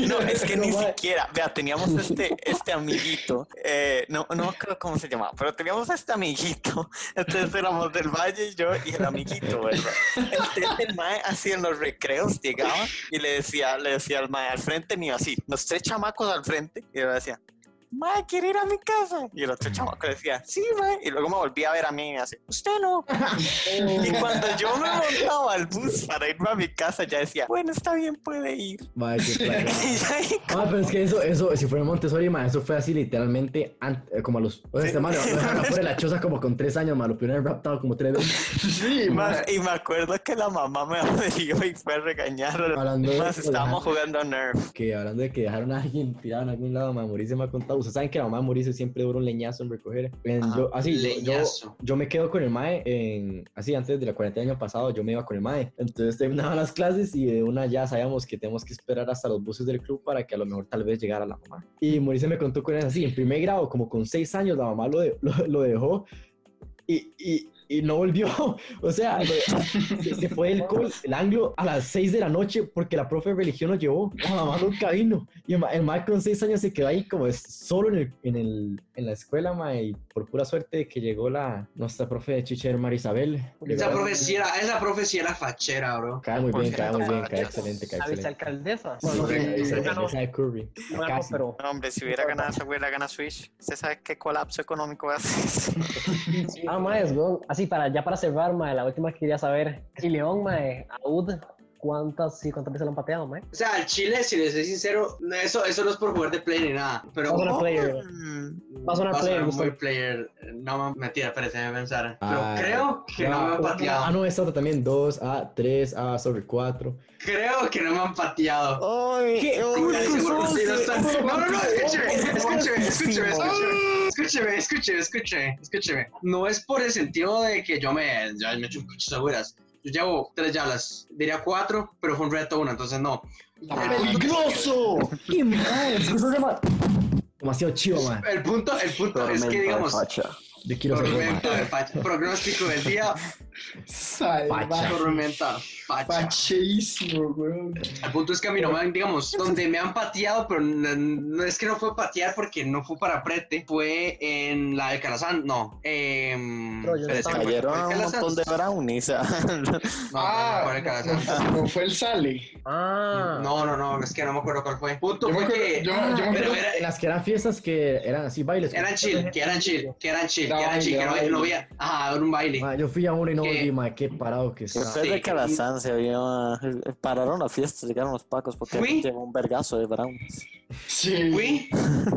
[SPEAKER 6] No, es que
[SPEAKER 1] No,
[SPEAKER 6] ni
[SPEAKER 1] mae.
[SPEAKER 6] siquiera. Vea, teníamos este, este amiguito. eh, no, no me acuerdo cómo se llamaba, pero teníamos este amiguito. Entonces éramos del Valle y yo y el amiguito, ¿verdad? Entonces el mae así en los recreos llegaba y le decía, le decía al mae al frente, ni así, los tres chamacos al frente, y yo decía. Mae, quiere ir a mi casa. Y el otro chamaco le decía, sí, mae. Y luego me volvía a ver a mí y me decía, usted no. Y cuando yo me montaba al bus para irme a mi casa, ya decía, bueno, está bien, puede ir.
[SPEAKER 3] Mae, qué playa.
[SPEAKER 6] Y ya
[SPEAKER 3] Ah, pero es que eso, eso, si fuera en Montessori, ma, eso fue así literalmente, an- eh, como a los. O sea, este man lo dejaron afuera de la choza como con tres años, ma, lo primero raptado como tres veces.
[SPEAKER 1] Sí,
[SPEAKER 6] Ma-
[SPEAKER 1] mae.
[SPEAKER 6] y me acuerdo que la mamá me abrió y fue a regañar.
[SPEAKER 3] Hablando de,
[SPEAKER 6] Más
[SPEAKER 3] eso,
[SPEAKER 6] estábamos jugando Nerf.
[SPEAKER 3] dejaron- que, hablando de que dejaron a alguien tirado en algún lado, ma, Mauricio me ha contado. Ustedes saben que la mamá de Mauricio siempre dura un leñazo en recoger. En-
[SPEAKER 6] Ajá,
[SPEAKER 3] yo, así, yo- yo,
[SPEAKER 2] Leñazo.
[SPEAKER 3] yo me quedo con el mae en, así antes de la cuarentena del año pasado yo me iba con el mae entonces terminaban las clases y de una ya sabíamos que tenemos que esperar hasta los buses del club para que a lo mejor tal vez llegara la mamá y Mauricio me contó con eso así en primer grado como con seis años la mamá lo, de- lo, lo dejó y, y, y no volvió o sea lo- se, se fue del col- el anglo a las seis de la noche porque la profe de religión lo llevó la mamá nunca vino y el, ma- el mae con seis años se quedó ahí como es- solo en, el, en, el, en la escuela, mae, y por pura suerte que llegó la nuestra profe de Chicher María Isabel.
[SPEAKER 2] Esa
[SPEAKER 3] Llegó-
[SPEAKER 2] profe sí era, esa profe sí era fachera, bro.
[SPEAKER 3] Cae muy
[SPEAKER 6] Por
[SPEAKER 3] bien, cae
[SPEAKER 6] cierto,
[SPEAKER 3] muy bien,
[SPEAKER 6] ma,
[SPEAKER 3] cae
[SPEAKER 6] yo-
[SPEAKER 3] excelente, cae
[SPEAKER 4] La
[SPEAKER 3] excelente.
[SPEAKER 4] vicealcaldesa.
[SPEAKER 1] Sí,
[SPEAKER 4] Bueno,
[SPEAKER 1] sí,
[SPEAKER 4] no,
[SPEAKER 1] sí,
[SPEAKER 4] no,
[SPEAKER 3] Esa
[SPEAKER 4] ganó,
[SPEAKER 3] de Curry.
[SPEAKER 4] no ganó,
[SPEAKER 3] Casi.
[SPEAKER 4] pero
[SPEAKER 6] Hombre, si hubiera ganado esa hubiera ganado Switch. ¿Usted sabe qué colapso económico va a ser?
[SPEAKER 4] Ah, maes, weón. Así, para, ya para cerrar, mae, la última que quería saber. Y León, mae, a Ud, ¿cuántas, sí, cuántas veces lo han pateado, mae?
[SPEAKER 2] O sea, al Chile, si les soy sincero, no, eso, eso no es por jugar de play ni nada. Pero
[SPEAKER 4] Vamos a la player.
[SPEAKER 6] Mm,
[SPEAKER 4] Va a sonar player, Gustavo.
[SPEAKER 2] muy player. No, mentira, espérense, déjame pensar.
[SPEAKER 3] Ah,
[SPEAKER 2] pero creo que no, me han pateado.
[SPEAKER 3] Ah, no, esa otra también. ah, 2, A, 3, A, sobre 4.
[SPEAKER 2] Creo que no me han pateado.
[SPEAKER 6] ¡Ay! ¡Qué
[SPEAKER 2] Estoy seguro, sí, no, está- no, no, no, escúcheme, escúcheme, escúcheme, escúcheme, escúcheme, escúcheme, escúcheme, escúcheme. No es por el sentido de que yo me, ya me echo muchas seguras. Yo llevo tres llaves, diría cuatro, pero fue un reto una, entonces no. El punto-
[SPEAKER 1] ¡Peligroso!
[SPEAKER 3] ¡Qué mal! Es que eso se llama- Demasiado chido, man.
[SPEAKER 2] El punto, el punto es
[SPEAKER 5] Tormenta
[SPEAKER 2] que
[SPEAKER 5] de
[SPEAKER 2] digamos,
[SPEAKER 5] facha.
[SPEAKER 3] Yo quiero ser yo, ma.
[SPEAKER 2] tormenta de facha, pronóstico del día,
[SPEAKER 1] Salvaje.
[SPEAKER 3] Facha.
[SPEAKER 2] tormenta facha.
[SPEAKER 1] Facheísimo, weón.
[SPEAKER 2] El punto es que a mí no me han, digamos, donde me han pateado, pero no, no es que no fue patear porque no fue para prete, fue en la de Carazán, no. em,
[SPEAKER 4] Pero yo
[SPEAKER 2] espérese,
[SPEAKER 4] estaba-
[SPEAKER 2] ¿fue- fue
[SPEAKER 6] Cayeron un
[SPEAKER 2] Carazán?
[SPEAKER 6] montón de brownies. ah.
[SPEAKER 2] No, no, fue en Carazán.
[SPEAKER 1] Ah, no, no fue el Sale.
[SPEAKER 4] Ah.
[SPEAKER 2] No, no, no, es que no me acuerdo cuál fue. Punto
[SPEAKER 1] Yo me
[SPEAKER 2] fue
[SPEAKER 1] acuerdo,
[SPEAKER 2] que ah,
[SPEAKER 1] yo, me- yo me
[SPEAKER 2] pero
[SPEAKER 1] acuerdo
[SPEAKER 2] era-
[SPEAKER 3] En las que eran fiestas que eran así bailes.
[SPEAKER 2] eran chill, que eran chill, que eran chill, que
[SPEAKER 1] Era
[SPEAKER 2] eran chill, que no,
[SPEAKER 1] baile,
[SPEAKER 2] no
[SPEAKER 1] baile.
[SPEAKER 2] había, ajá, era un baile.
[SPEAKER 3] Ma, yo fui a uno y no
[SPEAKER 2] ¿Qué?
[SPEAKER 3] volví, ma, qué parado que está.
[SPEAKER 6] Después de Calazán se vio. Pararon la fiesta, llegaron los pacos porque
[SPEAKER 2] Fui.
[SPEAKER 6] llevó un vergazo de brownies.
[SPEAKER 1] Sí.
[SPEAKER 2] Fui,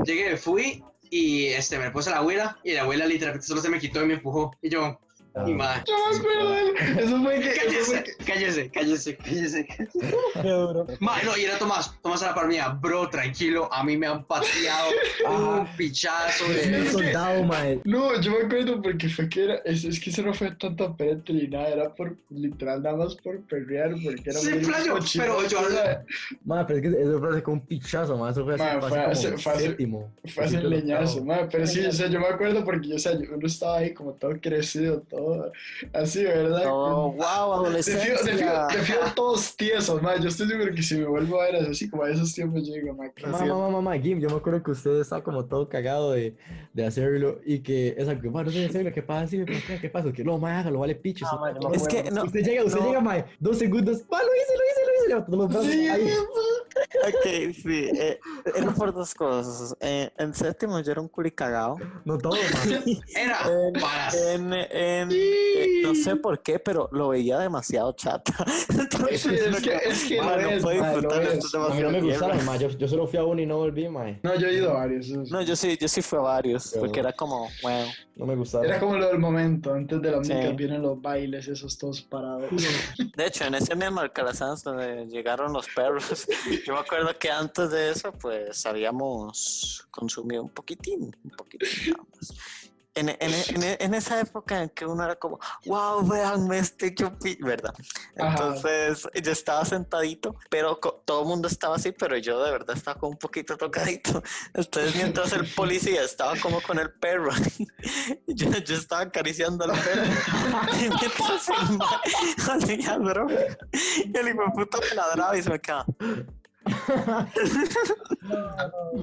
[SPEAKER 2] llegué, fui y este, me puse a la abuela y la abuela literalmente solo se me quitó y me empujó. Y yo,
[SPEAKER 3] Ah.
[SPEAKER 2] mi madre.
[SPEAKER 1] Yo me acuerdo de él. Eso fue que. Eso fue
[SPEAKER 2] Cállese,
[SPEAKER 1] que
[SPEAKER 2] cállese, cállese, cállese.
[SPEAKER 4] Qué duro.
[SPEAKER 2] Ma, no, y era Tomás. Tomás era para mí, bro, tranquilo, a mí me han pateado un
[SPEAKER 3] Ajá.
[SPEAKER 2] pichazo
[SPEAKER 3] Yo fui un
[SPEAKER 2] de...
[SPEAKER 3] soldado, ma.
[SPEAKER 1] no, yo me acuerdo porque fue que era. Es, es que eso no fue tanto perete ni nada. Era por. Literal, nada más por perrear. Porque era
[SPEAKER 2] Sí,
[SPEAKER 1] muy
[SPEAKER 2] playo,
[SPEAKER 1] cochino,
[SPEAKER 2] pero yo-
[SPEAKER 1] o sea,
[SPEAKER 3] Ma, pero es que eso fue así como un pichazo, ma. Eso fue así,
[SPEAKER 1] Ma,
[SPEAKER 3] fue
[SPEAKER 1] fue
[SPEAKER 3] así
[SPEAKER 1] hace-
[SPEAKER 3] como
[SPEAKER 1] fue hace-
[SPEAKER 3] séptimo.
[SPEAKER 1] Fue a hacer
[SPEAKER 3] Así que
[SPEAKER 1] leñazo,
[SPEAKER 3] octavo.
[SPEAKER 1] madre. Pero sí, o sea, yo me acuerdo porque yo, o sea, yo- uno estaba ahí como todo crecido, todo todo así, ¿verdad?
[SPEAKER 6] Oh,
[SPEAKER 1] Con-
[SPEAKER 6] wow,
[SPEAKER 1] Te fijo, te fijo-
[SPEAKER 6] adolescencia.
[SPEAKER 1] te fijo todos tiesos, ma. Yo estoy seguro que si me vuelvo a ver así como a esos tiempos, yo digo, ma, ¿qué
[SPEAKER 3] Mamá,
[SPEAKER 1] hacía?
[SPEAKER 3] mamá, mamá, Gim, yo me acuerdo que usted estaba como todo cagado de, de hacerlo y que esa que, bueno, no sé, en serio, ¿qué pasa? Sí, ¿por qué? ¿Qué pasa? Que no, más hágalo, vale picho.
[SPEAKER 4] Ah, madre,
[SPEAKER 6] Es que no,
[SPEAKER 3] usted llega, usted
[SPEAKER 6] no.
[SPEAKER 3] llega, mae, dos segundos, ma, lo hice, lo hice, lo hice, levantando los brazos.
[SPEAKER 1] Sí,
[SPEAKER 3] ahí.
[SPEAKER 6] ok, sí, eh, era por dos cosas. Eh, en séptimo yo era un culicagao.
[SPEAKER 3] No todo, mae.
[SPEAKER 2] Era
[SPEAKER 6] En,
[SPEAKER 2] para
[SPEAKER 6] en, en- eh, no sé por qué, pero lo veía demasiado chata. Entonces,
[SPEAKER 1] Sí, es que, es que
[SPEAKER 6] Bueno,
[SPEAKER 1] lo es,
[SPEAKER 6] puedo
[SPEAKER 1] ma, lo
[SPEAKER 6] disfrutar,
[SPEAKER 1] es.
[SPEAKER 6] esto es
[SPEAKER 3] A mí
[SPEAKER 6] demasiado
[SPEAKER 3] no me
[SPEAKER 6] mierda.
[SPEAKER 3] gustaron, mae, yo, yo solo fui a uno y no volví, mae.
[SPEAKER 1] No, yo he ido a varios. eso sí.
[SPEAKER 6] No, yo sí, yo sí fui a varios,
[SPEAKER 3] Yo
[SPEAKER 6] porque
[SPEAKER 3] no.
[SPEAKER 6] era como, wow.
[SPEAKER 3] No me gustaron.
[SPEAKER 1] Era como lo del momento, antes de la
[SPEAKER 6] Sí.
[SPEAKER 1] música vienen los bailes, esos todos parados.
[SPEAKER 6] De hecho, en ese mismo Alcarazán donde llegaron los perros, yo me acuerdo que antes de eso, pues habíamos consumido un poquitín, un poquitín nada más. En, en- en- en esa época en que uno era como, wow, veanme este chupi, ¿verdad?
[SPEAKER 1] Ajá.
[SPEAKER 6] Entonces yo estaba sentadito, pero co- todo el mundo estaba así, pero yo de verdad estaba como un poquito tocadito. Entonces mientras el policía estaba como con el perro, yo, yo estaba acariciando al perro. Y mientras el ma- olía a droga, y el hijo puta me ladraba y se me quedaba.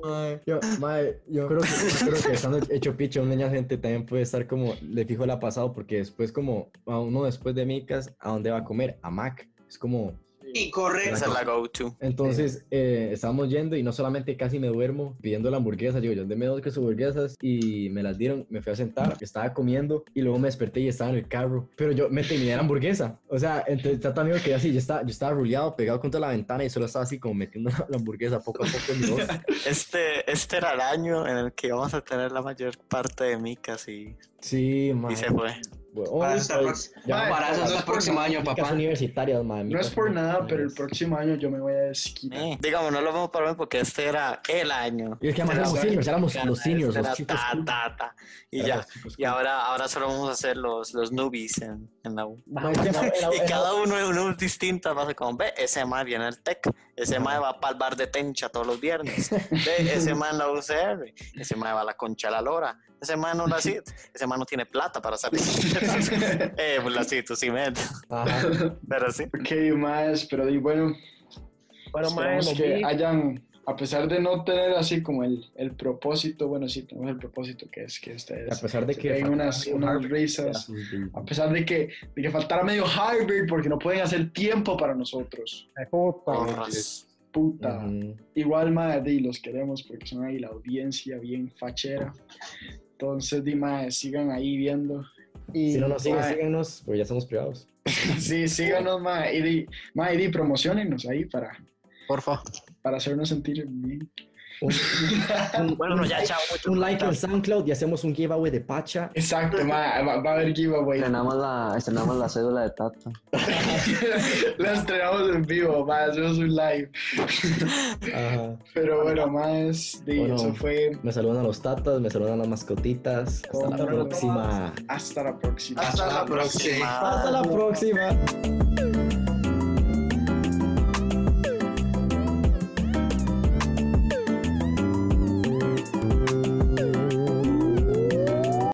[SPEAKER 3] Mae, Yo, mae, yo creo que, yo creo que estando hecho picho, un niña gente también puede estar como, le fijo el pasado, porque después como, a uno después de Micas, ¿a dónde va a comer? A Mac. Es como,
[SPEAKER 2] Y
[SPEAKER 6] Esa es
[SPEAKER 2] correcto.
[SPEAKER 6] la go-to.
[SPEAKER 3] entonces eh, estábamos yendo y no solamente casi me duermo pidiendo la hamburguesa, digo yo, deme dos que hamburguesas y me las dieron, me fui a sentar, estaba comiendo y luego me desperté y estaba en el carro, pero yo me terminé la hamburguesa, o sea, entonces tanto amigo que así, yo estaba, yo estaba ruleado, pegado contra la ventana y solo estaba así como metiendo la, la hamburguesa poco a poco en mi voz.
[SPEAKER 6] Este, este era el año en el que íbamos a tener la mayor parte de micas y,
[SPEAKER 3] Sí,
[SPEAKER 6] y
[SPEAKER 3] mae.
[SPEAKER 6] se fue.
[SPEAKER 3] Weón,
[SPEAKER 2] Para eso
[SPEAKER 3] soy-
[SPEAKER 2] es
[SPEAKER 3] ya,
[SPEAKER 1] Mae,
[SPEAKER 2] Para eso es el próximo año,
[SPEAKER 3] Micas
[SPEAKER 2] papá.
[SPEAKER 3] universitarias, mae,
[SPEAKER 1] No
[SPEAKER 3] micas
[SPEAKER 1] es por nada, pero el
[SPEAKER 3] universitarias.
[SPEAKER 1] próximo año yo me voy a esquinar.
[SPEAKER 6] Eh, digamos, no lo vamos a parar porque este era el año.
[SPEAKER 3] Y es que además
[SPEAKER 6] Pero
[SPEAKER 3] éramos
[SPEAKER 6] ahora-
[SPEAKER 3] seniors, éramos
[SPEAKER 6] Era-
[SPEAKER 3] los seniors,
[SPEAKER 6] era
[SPEAKER 3] los chicos.
[SPEAKER 6] ta,
[SPEAKER 3] cool.
[SPEAKER 6] ta, ta. Y
[SPEAKER 3] Éramos
[SPEAKER 6] ya.
[SPEAKER 3] los chicos
[SPEAKER 6] Y
[SPEAKER 3] cool.
[SPEAKER 6] ahora, ahora solo vamos a hacer los, los newbies en, en la U.
[SPEAKER 3] Mae, es que era- era-
[SPEAKER 6] Y
[SPEAKER 3] era-
[SPEAKER 6] cada uno de unos distintos va a ser como, ve, ese mae viene al TEC, ese mae va para el bar de Tencha todos los viernes, ve, ese mae en la UCR, ese mae va a la concha a la lora, ese mae no la cita, ese mae no tiene plata para salir. eh, pues la cita, sí, men.
[SPEAKER 3] Ajá.
[SPEAKER 6] pero sí.
[SPEAKER 1] ok, más, pero di, bueno,
[SPEAKER 4] Bueno, mae,
[SPEAKER 1] esperemos
[SPEAKER 4] nos
[SPEAKER 1] que
[SPEAKER 4] vi.
[SPEAKER 1] hayan, a pesar de no tener así como el, el propósito, bueno, sí, tenemos el propósito que es que ustedes
[SPEAKER 3] A pesar de
[SPEAKER 1] se
[SPEAKER 3] que
[SPEAKER 1] peguen unas, unas risas, a pesar de que, de que faltara medio Harvard porque no pueden hacer tiempo para nosotros.
[SPEAKER 4] Ay, puta, mae.
[SPEAKER 1] pues,
[SPEAKER 6] Porras.
[SPEAKER 1] Puta.
[SPEAKER 3] Ujú.
[SPEAKER 1] Igual, madre, di, los queremos porque son ahí la audiencia bien fachera. Entonces, di, madre, sigan ahí viendo. Y,
[SPEAKER 3] Si no nos siguen,
[SPEAKER 1] mae,
[SPEAKER 3] síganos, porque ya somos privados.
[SPEAKER 1] Sí, síganos, madre. Y di, mae, di, promocionennos ahí para,
[SPEAKER 6] Por favor.
[SPEAKER 1] para hacernos sentir bien.
[SPEAKER 3] Un, un-
[SPEAKER 6] Bueno,
[SPEAKER 3] un
[SPEAKER 6] ya,
[SPEAKER 3] like-
[SPEAKER 6] chao. mucho.
[SPEAKER 3] Un like en SoundCloud y hacemos un giveaway de Pacha.
[SPEAKER 1] Exacto, mae, va, va a haber giveaway.
[SPEAKER 5] Estrenamos la, estrenamos la cédula de Tato.
[SPEAKER 1] La estrenamos en vivo, mae, hacemos un live.
[SPEAKER 3] Ajá.
[SPEAKER 1] Pero bueno, más, di,
[SPEAKER 3] Bueno.
[SPEAKER 1] eso fue.
[SPEAKER 3] Me saludan a los tatas, me saludan a las mascotitas. Hasta la
[SPEAKER 1] Otro.
[SPEAKER 3] próxima.
[SPEAKER 1] Hasta la próxima.
[SPEAKER 2] Hasta la próxima.
[SPEAKER 3] Hasta la próxima.